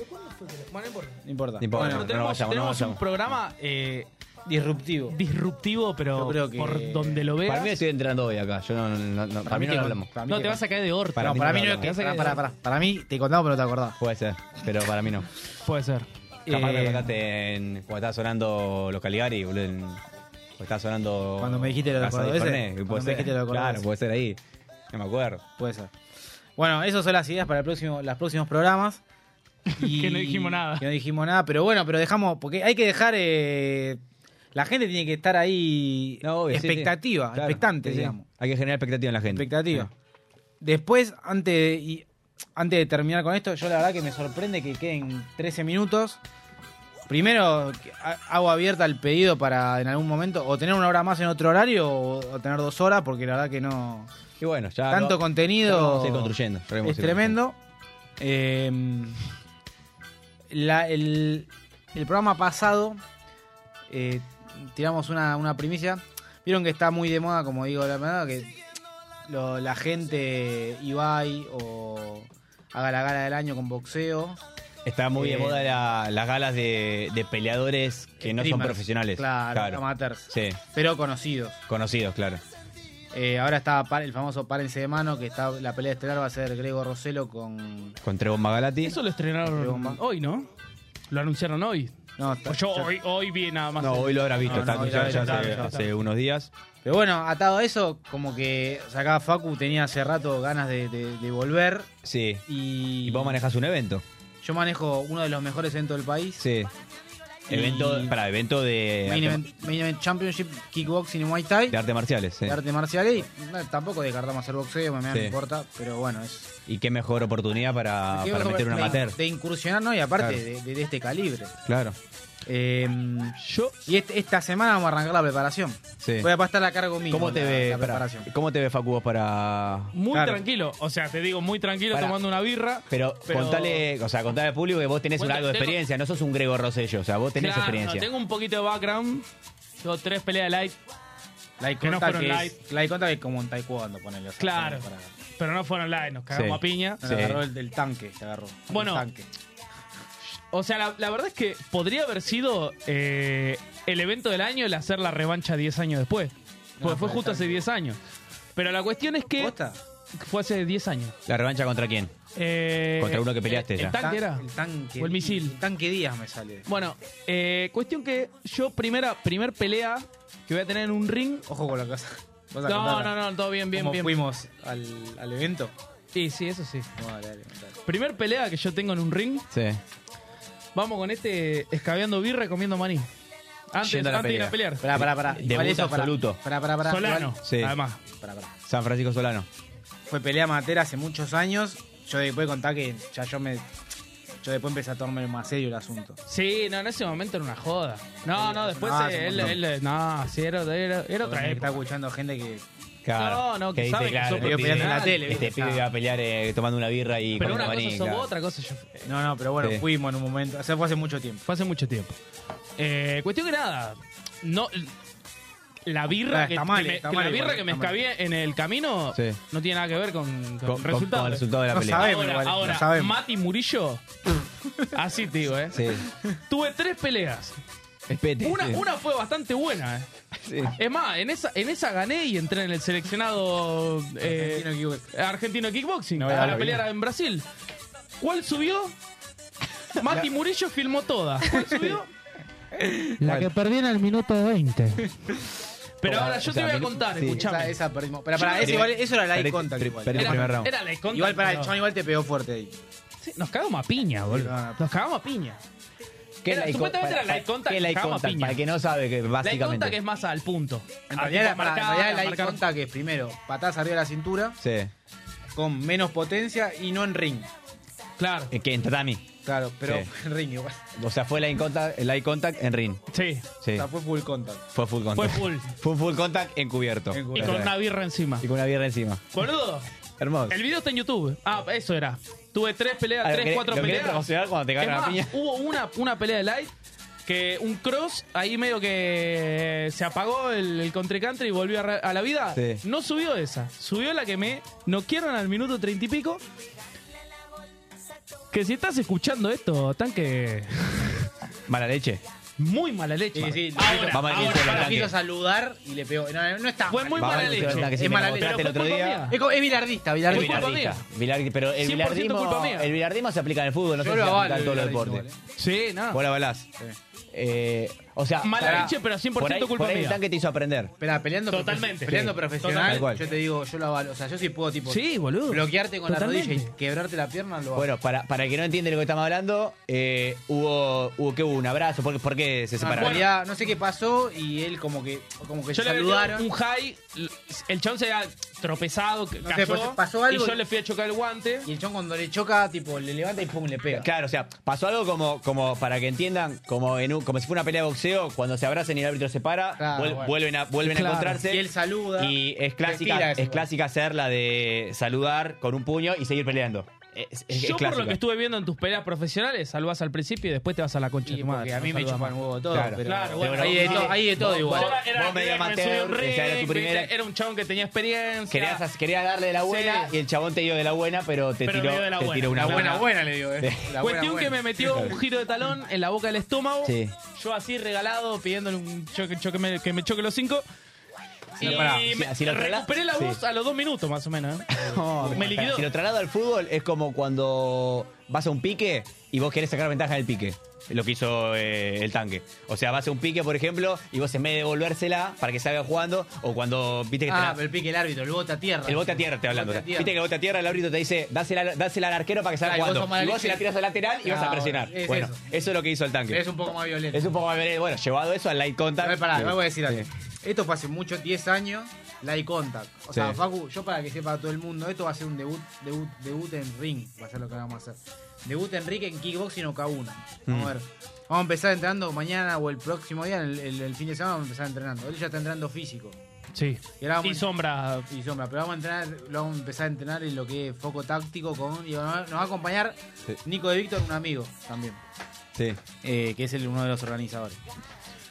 Speaker 3: Bueno, no importa.
Speaker 4: No importa.
Speaker 5: No importa.
Speaker 4: Bueno,
Speaker 3: Pero tenemos,
Speaker 5: vayamos, no
Speaker 3: tenemos un
Speaker 5: vayamos.
Speaker 3: programa eh,
Speaker 4: disruptivo.
Speaker 3: disruptivo, pero
Speaker 4: Yo creo que-
Speaker 3: por donde lo veas.
Speaker 5: Para mí estoy entrando hoy acá. Yo no, no, no, no- para mí no lo hablamos.
Speaker 4: para mí
Speaker 3: no,
Speaker 4: que-
Speaker 3: te vas a caer de orto.
Speaker 5: Para
Speaker 4: no,
Speaker 5: mí
Speaker 4: para mí
Speaker 5: no
Speaker 4: no
Speaker 5: lo
Speaker 4: es que.
Speaker 3: hablamos.
Speaker 4: Para, para, para, para mí te contamos, pero no te acordás.
Speaker 5: Puede ser, pero para mí no.
Speaker 3: Puede ser.
Speaker 5: Capaz me
Speaker 4: Eh,
Speaker 5: mataste en, cuando estaba sonando los Caligari, boludo. en- cuando estaba sonando.
Speaker 4: Cuando me dijiste lo de
Speaker 5: Casa de
Speaker 4: cordobeses,
Speaker 5: Fernet,
Speaker 4: cuando
Speaker 5: puede
Speaker 4: me
Speaker 5: ser.
Speaker 4: dijiste lo de
Speaker 5: Claro,
Speaker 4: cordobeses.
Speaker 5: puede ser ahí. No me acuerdo.
Speaker 4: Puede ser. Bueno, esas son las ideas para el próximo, los próximos programas. Y-
Speaker 3: Que no dijimos
Speaker 4: [laughs]
Speaker 3: nada.
Speaker 4: Que no dijimos nada, pero bueno, pero dejamos, porque hay que dejar. eh, la gente tiene que estar ahí
Speaker 5: No, obvio, sí, sí.
Speaker 4: Eh, expectativa,
Speaker 5: Claro,
Speaker 4: expectante,
Speaker 5: sí, sí.
Speaker 4: digamos.
Speaker 5: Hay que generar expectativa en la gente.
Speaker 4: Expectativa.
Speaker 5: Sí.
Speaker 4: Después, antes de, y- antes de terminar con esto, yo la verdad que me sorprende que queden 13 minutos. Primero, que ha- hago abierta el pedido para en algún momento o tener una hora más en otro horario o, o tener dos horas, porque la verdad que no.
Speaker 5: Y bueno, ya.
Speaker 4: Tanto
Speaker 5: lo-
Speaker 4: contenido.
Speaker 5: ya lo vamos a ir construyendo. ya lo vamos a
Speaker 4: Es
Speaker 5: ir
Speaker 4: tremendo.
Speaker 5: construyendo.
Speaker 4: Eh, la- el, el programa pasado eh, tiramos una, una primicia. Vieron que está muy de moda, como digo, la verdad, que lo- la gente Ibai o haga la gala del año con boxeo.
Speaker 5: Está muy de
Speaker 4: Eh,
Speaker 5: moda la- las galas de, de peleadores que no son
Speaker 4: Streamers,
Speaker 5: profesionales.
Speaker 4: Claro, amateurs.
Speaker 5: Sí,
Speaker 4: Pero conocidos.
Speaker 5: conocidos, claro.
Speaker 4: Eh, ahora está par- el famoso Párense de Mano, que está la pelea estelar va a ser Grego Roselo con...
Speaker 5: Con Trevor Magalati.
Speaker 3: Eso lo estrenaron
Speaker 4: Bomba.
Speaker 3: hoy, ¿no? Lo anunciaron hoy.
Speaker 4: No, está-
Speaker 3: O Pues yo
Speaker 4: ya-
Speaker 3: hoy, hoy vi nada más.
Speaker 5: No, hoy lo habrá visto.
Speaker 4: No,
Speaker 5: está
Speaker 4: no, hoy lo
Speaker 5: anunciado
Speaker 4: habrá
Speaker 5: ya
Speaker 4: visto,
Speaker 5: hace,
Speaker 4: claro,
Speaker 5: hace unos días.
Speaker 4: Pero bueno, atado a eso, como que sacaba Facu, tenía hace rato ganas de, de- de volver.
Speaker 5: Sí.
Speaker 4: Y,
Speaker 5: Y vos manejás un evento.
Speaker 4: Yo manejo uno de los mejores eventos del país.
Speaker 5: Sí.
Speaker 4: Y-
Speaker 5: Evento, para evento de,
Speaker 4: Main,
Speaker 5: arte,
Speaker 4: event, Main Event Championship, Kickboxing y Muay Thai.
Speaker 5: de
Speaker 4: De,
Speaker 5: artes marciales. sí.
Speaker 4: artes marciales. Y no, tampoco descartamos hacer boxeo, me, me
Speaker 5: Sí.
Speaker 4: no importa. Pero bueno, es.
Speaker 5: Y qué mejor oportunidad para,
Speaker 4: Qué
Speaker 5: para
Speaker 4: mejor
Speaker 5: meter un
Speaker 4: de-
Speaker 5: amateur.
Speaker 4: De incursionar, ¿no? Y aparte
Speaker 5: Claro.
Speaker 4: de, de- de este calibre.
Speaker 5: Claro.
Speaker 4: Eh,
Speaker 3: Yo,
Speaker 4: y este- esta semana vamos a arrancar la preparación.
Speaker 5: Sí.
Speaker 4: Voy a pasar la cargo mía.
Speaker 5: ¿Cómo te,
Speaker 4: la-
Speaker 5: ve,
Speaker 4: la
Speaker 5: pará,
Speaker 4: preparación?
Speaker 5: ¿Cómo te ve Facu vos para...?
Speaker 3: muy
Speaker 4: Claro.
Speaker 3: tranquilo. O sea, te digo, muy tranquilo
Speaker 5: Pará.
Speaker 3: tomando una birra.
Speaker 5: Pero,
Speaker 3: Pero-
Speaker 5: contale, o sea, contale al público que vos tenés un
Speaker 3: Bueno,
Speaker 5: algo de
Speaker 3: tengo-
Speaker 5: experiencia, no sos un Grego Rosello, o sea, vos tenés
Speaker 3: Claro,
Speaker 5: experiencia.
Speaker 3: tengo un poquito de background. Tengo tres peleas de light,
Speaker 4: Like
Speaker 3: Que no
Speaker 4: conta
Speaker 3: fueron
Speaker 4: que, es-
Speaker 3: light.
Speaker 4: like conta que es como en taekwondo, ponele. o sea,
Speaker 3: Claro.
Speaker 4: para-
Speaker 3: pero no fueron light, nos cagamos
Speaker 5: Sí.
Speaker 3: a piña.
Speaker 4: Te
Speaker 5: Sí.
Speaker 4: agarró el del tanque, te agarró.
Speaker 3: Bueno.
Speaker 4: El tanque.
Speaker 3: O sea, la, la verdad es que podría haber sido eh, el evento del año el hacer la revancha 10 años después. Porque
Speaker 4: No,
Speaker 3: fue
Speaker 4: fue
Speaker 3: justo hace
Speaker 4: exacto.
Speaker 3: 10 años. Pero la cuestión es que
Speaker 4: ¿Posta?
Speaker 3: fue hace 10 años.
Speaker 5: ¿La revancha contra quién?
Speaker 3: Eh,
Speaker 5: Contra uno que peleaste
Speaker 3: el-
Speaker 5: ya.
Speaker 3: el tanque era.
Speaker 4: El tanque.
Speaker 3: O el misil.
Speaker 4: El tanque Díaz me sale.
Speaker 3: Bueno, eh, cuestión que yo primera primer pelea que voy a tener en un ring.
Speaker 4: Ojo con la casa. Vas a
Speaker 3: No,
Speaker 4: contar
Speaker 3: no, no, todo bien, bien,
Speaker 4: cómo
Speaker 3: bien.
Speaker 4: fuimos al, al evento?
Speaker 3: Sí, sí, eso sí.
Speaker 4: No, dale, dale, dale.
Speaker 3: Primer pelea que yo tengo en un ring.
Speaker 5: Sí.
Speaker 3: Vamos con este escabeando birra y comiendo maní. Antes,
Speaker 5: Yendo a la
Speaker 3: antes de ir a
Speaker 5: pelea.
Speaker 3: pelear.
Speaker 4: Pará, pará, pará.
Speaker 5: Debut
Speaker 4: Igual eso, pará.
Speaker 5: absoluto.
Speaker 4: Pará, pará, pará.
Speaker 3: Solano,
Speaker 4: Igual-
Speaker 5: Sí.
Speaker 3: además.
Speaker 4: pará, pará.
Speaker 5: San Francisco Solano.
Speaker 4: Fue pelea amateur hace muchos años. Yo después contar que ya yo me. Yo después empecé a tomarme más serio el asunto.
Speaker 3: Sí, no, en ese momento era una joda. No, no, después
Speaker 4: Ah,
Speaker 3: eh,
Speaker 4: hace un
Speaker 3: él,
Speaker 4: montón.
Speaker 3: él- No, sí, era, era, era
Speaker 4: Porque
Speaker 3: otra
Speaker 4: me Está
Speaker 3: época.
Speaker 4: escuchando gente que.
Speaker 3: No, no, que
Speaker 5: dice,
Speaker 3: sabe que
Speaker 5: claro,
Speaker 3: sos
Speaker 5: este
Speaker 4: peleando en
Speaker 5: pibe-
Speaker 4: la tele,
Speaker 5: Este
Speaker 4: ¿viste?
Speaker 5: pibe iba a pelear eh, tomando una birra y
Speaker 3: Pero
Speaker 5: comiendo
Speaker 3: una cosa
Speaker 5: maní,
Speaker 3: sos
Speaker 5: claro.
Speaker 3: vos, otra cosa yo.
Speaker 4: No, no, pero bueno,
Speaker 5: Sí.
Speaker 4: fuimos en un momento. O sea, fue hace mucho tiempo.
Speaker 3: Fue hace mucho tiempo. Eh, cuestión que nada. No, la birra
Speaker 4: Ah,
Speaker 3: que,
Speaker 4: está mal,
Speaker 3: que me,
Speaker 4: está
Speaker 3: que
Speaker 4: mal
Speaker 3: la birra
Speaker 4: igual,
Speaker 3: que me
Speaker 4: está mal.
Speaker 3: escabé en el camino
Speaker 5: Sí.
Speaker 3: no tiene nada que ver con, con
Speaker 5: Con, con-
Speaker 3: resultados.
Speaker 5: con el resultado de la
Speaker 4: No
Speaker 5: pelea.
Speaker 4: sabe.
Speaker 3: Ahora,
Speaker 4: Igual, lo
Speaker 3: ahora,
Speaker 4: sabemos.
Speaker 3: Mati Murillo, así te digo, ¿eh?
Speaker 5: Sí.
Speaker 3: Tuve tres peleas.
Speaker 5: Espete.
Speaker 3: Una,
Speaker 5: sí.
Speaker 3: una fue bastante buena, ¿eh?
Speaker 5: Sí.
Speaker 3: Es más, en esa, en esa gané y entré en el seleccionado eh,
Speaker 4: Argentino Kickboxing.
Speaker 3: argentino kickboxing.
Speaker 4: No,
Speaker 3: a
Speaker 4: ya
Speaker 3: la
Speaker 4: lo
Speaker 3: pelea
Speaker 4: vi.
Speaker 3: era en Brasil. ¿Cuál subió? Mati Murillo filmó toda. ¿Cuál subió? La que perdí en el minuto 20. Pero ahora yo
Speaker 5: O sea,
Speaker 3: te voy a
Speaker 5: minu-
Speaker 3: contar,
Speaker 5: sí.
Speaker 4: Esa,
Speaker 3: escuchame.
Speaker 4: esa perdimos. Pero para,
Speaker 3: Yo-
Speaker 4: ese igual, eso era la
Speaker 5: Perdí-
Speaker 4: eye contact
Speaker 5: per-
Speaker 4: igual.
Speaker 5: perdí
Speaker 3: Era-
Speaker 5: el primer round.
Speaker 3: Era la contra,
Speaker 4: Igual para el
Speaker 3: pero-
Speaker 4: chabón igual te pegó fuerte ahí.
Speaker 3: Sí, nos cagamos a piña, boludo. Nos cagamos a piña. Era-
Speaker 5: like-
Speaker 3: supuestamente
Speaker 5: para-
Speaker 3: era like contact,
Speaker 5: ¿Qué like
Speaker 3: cagamos a
Speaker 5: contact?
Speaker 3: piña.
Speaker 5: Para el que no sabe, que
Speaker 3: La
Speaker 5: básicamente.
Speaker 3: conta que es más al punto.
Speaker 4: En
Speaker 3: A
Speaker 4: realidad,
Speaker 3: tipo
Speaker 4: era para, en
Speaker 3: marcar,
Speaker 4: realidad el eye
Speaker 3: marcar.
Speaker 4: contact es primero, patadas arriba de la cintura,
Speaker 5: Sí.
Speaker 4: con menos potencia y no en ring.
Speaker 3: Claro.
Speaker 5: Eh, Que en tatami.
Speaker 4: Claro, pero
Speaker 5: Sí.
Speaker 4: [laughs] en ring igual.
Speaker 5: O sea, fue line contact, el eye contact en ring.
Speaker 3: Sí.
Speaker 4: O
Speaker 5: Sí.
Speaker 4: sea, fue full contact.
Speaker 5: Fue full contact.
Speaker 3: Fue full.
Speaker 5: [laughs] Fue un full contact encubierto.
Speaker 3: Y
Speaker 4: Encubierto.
Speaker 3: con una birra encima.
Speaker 5: Y con una birra encima.
Speaker 3: Boludo,
Speaker 5: Hermoso.
Speaker 3: el video está en YouTube. Ah, eso era. Tuve tres peleas,
Speaker 5: Ah, lo
Speaker 3: tres,
Speaker 5: querés-
Speaker 3: cuatro
Speaker 5: lo querés
Speaker 3: peleas.
Speaker 5: promocionar cuando te
Speaker 3: Es
Speaker 5: cagan a
Speaker 3: más,
Speaker 5: piña.
Speaker 3: hubo una, una pelea de live que un cross ahí medio que se apagó el, el contrincante y volvió a, re- a la vida.
Speaker 5: Sí.
Speaker 3: No subió esa. Subió la que me noquearon al minuto treinta y pico. Que si estás escuchando esto, tanque. [laughs]
Speaker 5: Mala leche.
Speaker 3: Muy mala leche.
Speaker 4: Sí, sí,
Speaker 3: ahora,
Speaker 5: vamos a decir
Speaker 3: ahora,
Speaker 5: solo
Speaker 3: ahora.
Speaker 4: Lo quiso saludar y le pegó. No, no está.
Speaker 3: Fue
Speaker 4: mal.
Speaker 3: muy
Speaker 5: Vamos
Speaker 3: mala
Speaker 5: a decir
Speaker 3: leche.
Speaker 5: la que
Speaker 4: Es
Speaker 5: sí
Speaker 4: mala
Speaker 5: me
Speaker 4: leche.
Speaker 5: mostraste el otro
Speaker 3: Pero fue culpa
Speaker 5: día.
Speaker 3: mía.
Speaker 4: Es, co- es bilardista,
Speaker 3: Es
Speaker 4: bilardista.
Speaker 3: culpa mía.
Speaker 5: Bilardista. Bilardi- pero el
Speaker 3: 100% culpa
Speaker 5: bilardismo,
Speaker 3: mía.
Speaker 5: el bilardismo se aplica en el fútbol,
Speaker 4: Yo
Speaker 5: no sé
Speaker 4: lo
Speaker 5: si se aplica
Speaker 4: avalo.
Speaker 5: en todos los
Speaker 4: el bilardismo,
Speaker 5: deportes.
Speaker 3: Sí, nada.
Speaker 5: Vos la avalás. Eh, O sea,
Speaker 3: Mala leche, pero 100%
Speaker 5: por ahí-
Speaker 3: culpa
Speaker 5: por ahí
Speaker 3: mía.
Speaker 5: el tanque te hizo aprender.
Speaker 4: Esperá, peleando profe-
Speaker 3: Totalmente.
Speaker 4: peleando
Speaker 3: Sí,
Speaker 4: profesional,
Speaker 5: totalmente. Tal cual.
Speaker 4: yo te digo, yo lo avalo. O sea, yo sí puedo, tipo,
Speaker 3: Sí, boludo.
Speaker 4: bloquearte con
Speaker 3: Totalmente.
Speaker 4: la rodilla y quebrarte la pierna, lo hago.
Speaker 5: Bueno, para, para el que no entiende lo que estamos hablando, eh, hubo, hubo, ¿qué hubo? ¿Un abrazo? ¿Por, qué- por qué
Speaker 3: Ah,
Speaker 4: No,
Speaker 5: se
Speaker 4: en
Speaker 5: separaron?
Speaker 4: realidad, no sé qué pasó y él como que, como que
Speaker 3: Yo
Speaker 4: se
Speaker 3: le metí
Speaker 4: saludaron.
Speaker 3: un high, el chabón se había tropezado,
Speaker 4: No sé,
Speaker 3: cayó,
Speaker 4: pues, pasó algo
Speaker 3: y yo
Speaker 4: y-
Speaker 3: le fui a chocar el guante.
Speaker 4: Y el chon cuando le choca, tipo, le levanta y pum, le pega.
Speaker 5: Claro, o sea, pasó algo como, como para que entiendan, como en un- como si fuera una pelea de boxeo, cuando se abracen y el árbitro se para,
Speaker 4: Claro,
Speaker 5: vuel-
Speaker 4: bueno.
Speaker 5: vuelven, a, vuelven
Speaker 3: Claro.
Speaker 5: a encontrarse.
Speaker 4: Y él saluda.
Speaker 5: Y es
Speaker 4: Respira
Speaker 5: clásica,
Speaker 4: eso,
Speaker 5: es
Speaker 4: bueno.
Speaker 5: clásica hacer la de saludar con un puño y seguir peleando. Es, es- es
Speaker 3: yo por
Speaker 5: clásica.
Speaker 3: lo que estuve viendo en tus peleas profesionales, salvas al principio y después te vas a la concha
Speaker 4: Y
Speaker 3: de tu madre.
Speaker 4: porque a mí
Speaker 3: no
Speaker 4: me
Speaker 3: saludás
Speaker 4: chupan
Speaker 3: más.
Speaker 4: huevo todo,
Speaker 5: Claro.
Speaker 4: pero...
Speaker 3: Claro, bueno,
Speaker 4: hay, de
Speaker 3: no,
Speaker 4: to-
Speaker 3: no.
Speaker 4: hay de todo
Speaker 5: Vos-
Speaker 4: igual.
Speaker 3: Yo era,
Speaker 5: Vos medio
Speaker 3: me subí un
Speaker 5: amateur,
Speaker 3: ring,
Speaker 5: esa era tu primera-
Speaker 3: viste, era un chabón que tenía experiencia.
Speaker 5: Querías, hac- querías darle la buena
Speaker 3: Sí.
Speaker 5: y el chabón te dio de la buena, pero te
Speaker 3: Pero me
Speaker 5: tiró,
Speaker 3: dio de la
Speaker 5: te
Speaker 3: buena.
Speaker 5: tiró una
Speaker 3: La
Speaker 5: buena.
Speaker 3: buena,
Speaker 4: buena, le digo, eh. La buena,
Speaker 3: Cuestión
Speaker 4: buena.
Speaker 3: que me metió un giro de talón en la boca del estómago.
Speaker 5: Sí.
Speaker 3: Yo así regalado, pidiéndole un choque, choque- me- que me choque los cinco.
Speaker 5: Si
Speaker 3: y
Speaker 5: lo- pará,
Speaker 3: me-
Speaker 5: si- si lo trasladás-
Speaker 3: recuperé la voz
Speaker 5: sí.
Speaker 3: a los dos minutos más o menos.
Speaker 5: [laughs]
Speaker 3: ¿eh?
Speaker 5: No,
Speaker 3: Me liquidó.
Speaker 5: Si lo traslado al fútbol, es como cuando vas a un pique y vos querés sacar ventaja del pique. Lo que hizo eh, el tanque. O sea, vas a un pique, por ejemplo, y vos en vez de devolvérsela para que salga jugando, o cuando viste que te
Speaker 4: Ah,
Speaker 5: la-
Speaker 4: pero el pique el árbitro, el bote a tierra.
Speaker 5: El bote a tierra, te hablando.
Speaker 4: El bote a tierra.
Speaker 5: Viste que el bote a tierra, el árbitro te dice, dásela, dásela al arquero para que salga
Speaker 4: Claro, y vos sos
Speaker 5: jugando.
Speaker 4: mala
Speaker 5: Y vos
Speaker 4: leche.
Speaker 5: se la tiras al lateral y vas a
Speaker 4: Claro,
Speaker 5: presionar.
Speaker 4: es
Speaker 5: bueno,
Speaker 4: eso.
Speaker 5: eso. es lo que hizo el tanque.
Speaker 4: Es un poco más violento.
Speaker 5: Es un poco más violento. Bueno, llevado eso al light
Speaker 4: A
Speaker 5: contact.
Speaker 4: ver, pará, me voy a decir algo.
Speaker 5: Sí.
Speaker 4: Esto fue hace mucho, 10 años, la contact. O sea,
Speaker 5: Sí.
Speaker 4: Facu, yo para que sepa todo el mundo, esto va a ser un debut, debut, debut en ring, va a ser lo que vamos a hacer. Debut en ring en kickboxing o K1. Vamos
Speaker 5: Mm.
Speaker 4: a ver. Vamos a empezar entrenando mañana o el próximo día, el, el- el fin de semana vamos a empezar entrenando. Él ya está entrenando físico
Speaker 3: Sí.
Speaker 4: Y ahora vamos-
Speaker 3: Y sombra.
Speaker 4: y sombra, pero vamos a entrenar, lo vamos a empezar a entrenar en lo que es foco táctico con. Y nos va nos va a acompañar
Speaker 5: Sí.
Speaker 4: Nico de Víctor, un amigo también
Speaker 5: Sí.
Speaker 4: eh, que es el, uno de los organizadores.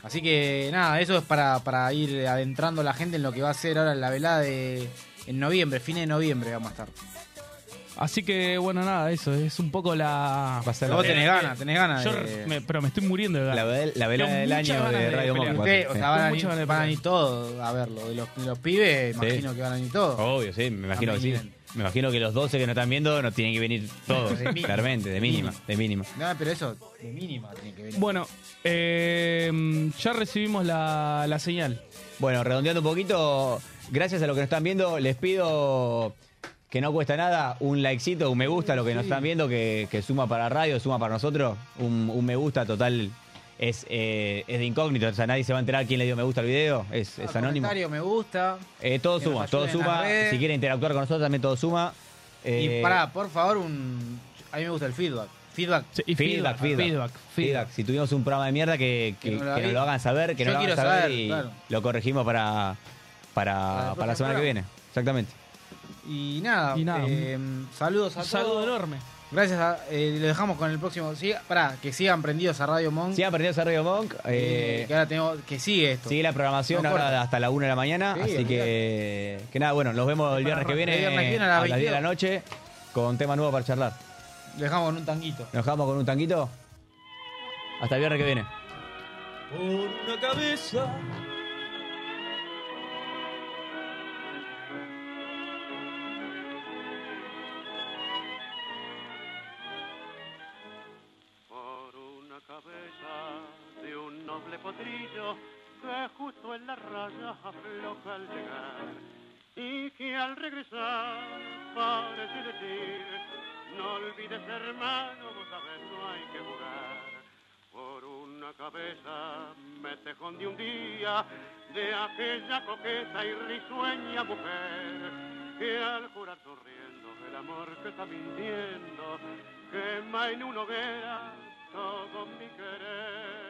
Speaker 4: Así que nada, eso es para, para ir adentrando a la gente en lo que va a ser ahora la velada de en noviembre, fines de noviembre vamos a estar.
Speaker 3: Así que bueno, nada, eso es un poco la.
Speaker 5: Va a ser
Speaker 4: Pero vos
Speaker 5: la,
Speaker 4: tenés ganas, tenés ganas.
Speaker 3: Yo
Speaker 4: de-
Speaker 3: me- pero me estoy muriendo de
Speaker 5: la,
Speaker 3: ganas.
Speaker 5: vel- la velada
Speaker 3: Tengo
Speaker 5: del
Speaker 3: muchas
Speaker 5: año
Speaker 3: ganas
Speaker 5: de
Speaker 3: de
Speaker 5: Radio
Speaker 3: pelear.
Speaker 5: Monk. va a
Speaker 4: Usted,
Speaker 5: ser,
Speaker 4: o
Speaker 5: sí.
Speaker 4: sea, van a, venir,
Speaker 3: Tengo muchas ganas de
Speaker 4: van a
Speaker 3: pelear.
Speaker 4: venir todos a verlo. De los, de los pibes, imagino que van a venir todos.
Speaker 5: Obvio, sí, me imagino que sí.
Speaker 4: También.
Speaker 5: Me imagino que los 12 que no están viendo nos tienen que venir todos,
Speaker 4: De mínima.
Speaker 5: claramente, de mínima, de mínima.
Speaker 4: No, pero eso, de mínima tiene que venir.
Speaker 3: Bueno, eh, ya recibimos la, la señal.
Speaker 5: Bueno, redondeando un poquito, gracias a los que nos están viendo, les pido que no cuesta nada un likecito, un me gusta a los que nos están viendo, que, que suma para radio, suma para nosotros. Un, un me gusta total es, eh, es de incógnito, o sea, nadie se va a enterar quién le dio me gusta al video, es, es
Speaker 4: Ah,
Speaker 5: anónimo.
Speaker 4: comentario, me gusta.
Speaker 5: Eh, todo
Speaker 4: que nos
Speaker 5: suma, todo
Speaker 4: ayuden en
Speaker 5: suma.
Speaker 4: las redes.
Speaker 5: Si quiere interactuar con nosotros también todo suma. Eh,
Speaker 4: y pará, por favor, un. A mí me gusta el feedback. Feedback.
Speaker 3: Sí, y
Speaker 5: Feedback, feedback.
Speaker 3: feedback, feedback.
Speaker 5: feedback. Si tuvimos un programa de mierda, que, que,
Speaker 4: Que no lo
Speaker 5: que nos
Speaker 4: hagan.
Speaker 5: lo hagan saber, que
Speaker 4: Yo
Speaker 5: no lo hagan
Speaker 4: quiero
Speaker 5: saber,
Speaker 4: saber,
Speaker 5: y
Speaker 4: claro.
Speaker 5: lo corregimos para,
Speaker 4: Para
Speaker 5: para,
Speaker 4: el
Speaker 5: para la
Speaker 4: próximo
Speaker 5: semana que
Speaker 4: programa.
Speaker 5: viene. Exactamente.
Speaker 4: Y nada,
Speaker 3: Y nada.
Speaker 4: eh, saludos a
Speaker 3: Un saludo
Speaker 4: todos.
Speaker 3: enorme.
Speaker 4: Gracias, a- eh, lo dejamos con el próximo. Siga, pará, que sigan prendidos a Radio Monk.
Speaker 5: Sigan perdidos a Radio Monk.
Speaker 4: eh,
Speaker 5: eh,
Speaker 4: que ahora tenemos, que sigue esto.
Speaker 5: sigue la programación
Speaker 4: No
Speaker 5: ahora
Speaker 4: corta.
Speaker 5: hasta la 1 de la mañana.
Speaker 4: Sí,
Speaker 5: así que, que nada, bueno, nos vemos el viernes que viene,
Speaker 4: el viernes que viene a las
Speaker 5: 10 de la
Speaker 4: 22.
Speaker 5: noche con tema nuevo para charlar.
Speaker 4: Lo dejamos con un tanguito.
Speaker 5: Nos dejamos con un tanquito. Hasta el viernes que viene.
Speaker 3: Por una cabeza.
Speaker 9: por una cabeza de un noble potrillo que justo en la raya afloja al llegar y que al regresar parece decir no olvides hermano, vos sabes no hay que jugar por una cabeza me tejón de un día de aquella coqueta y risueña mujer que al jurar sonriendo el amor que está mintiendo quema en una hoguera todo mi querer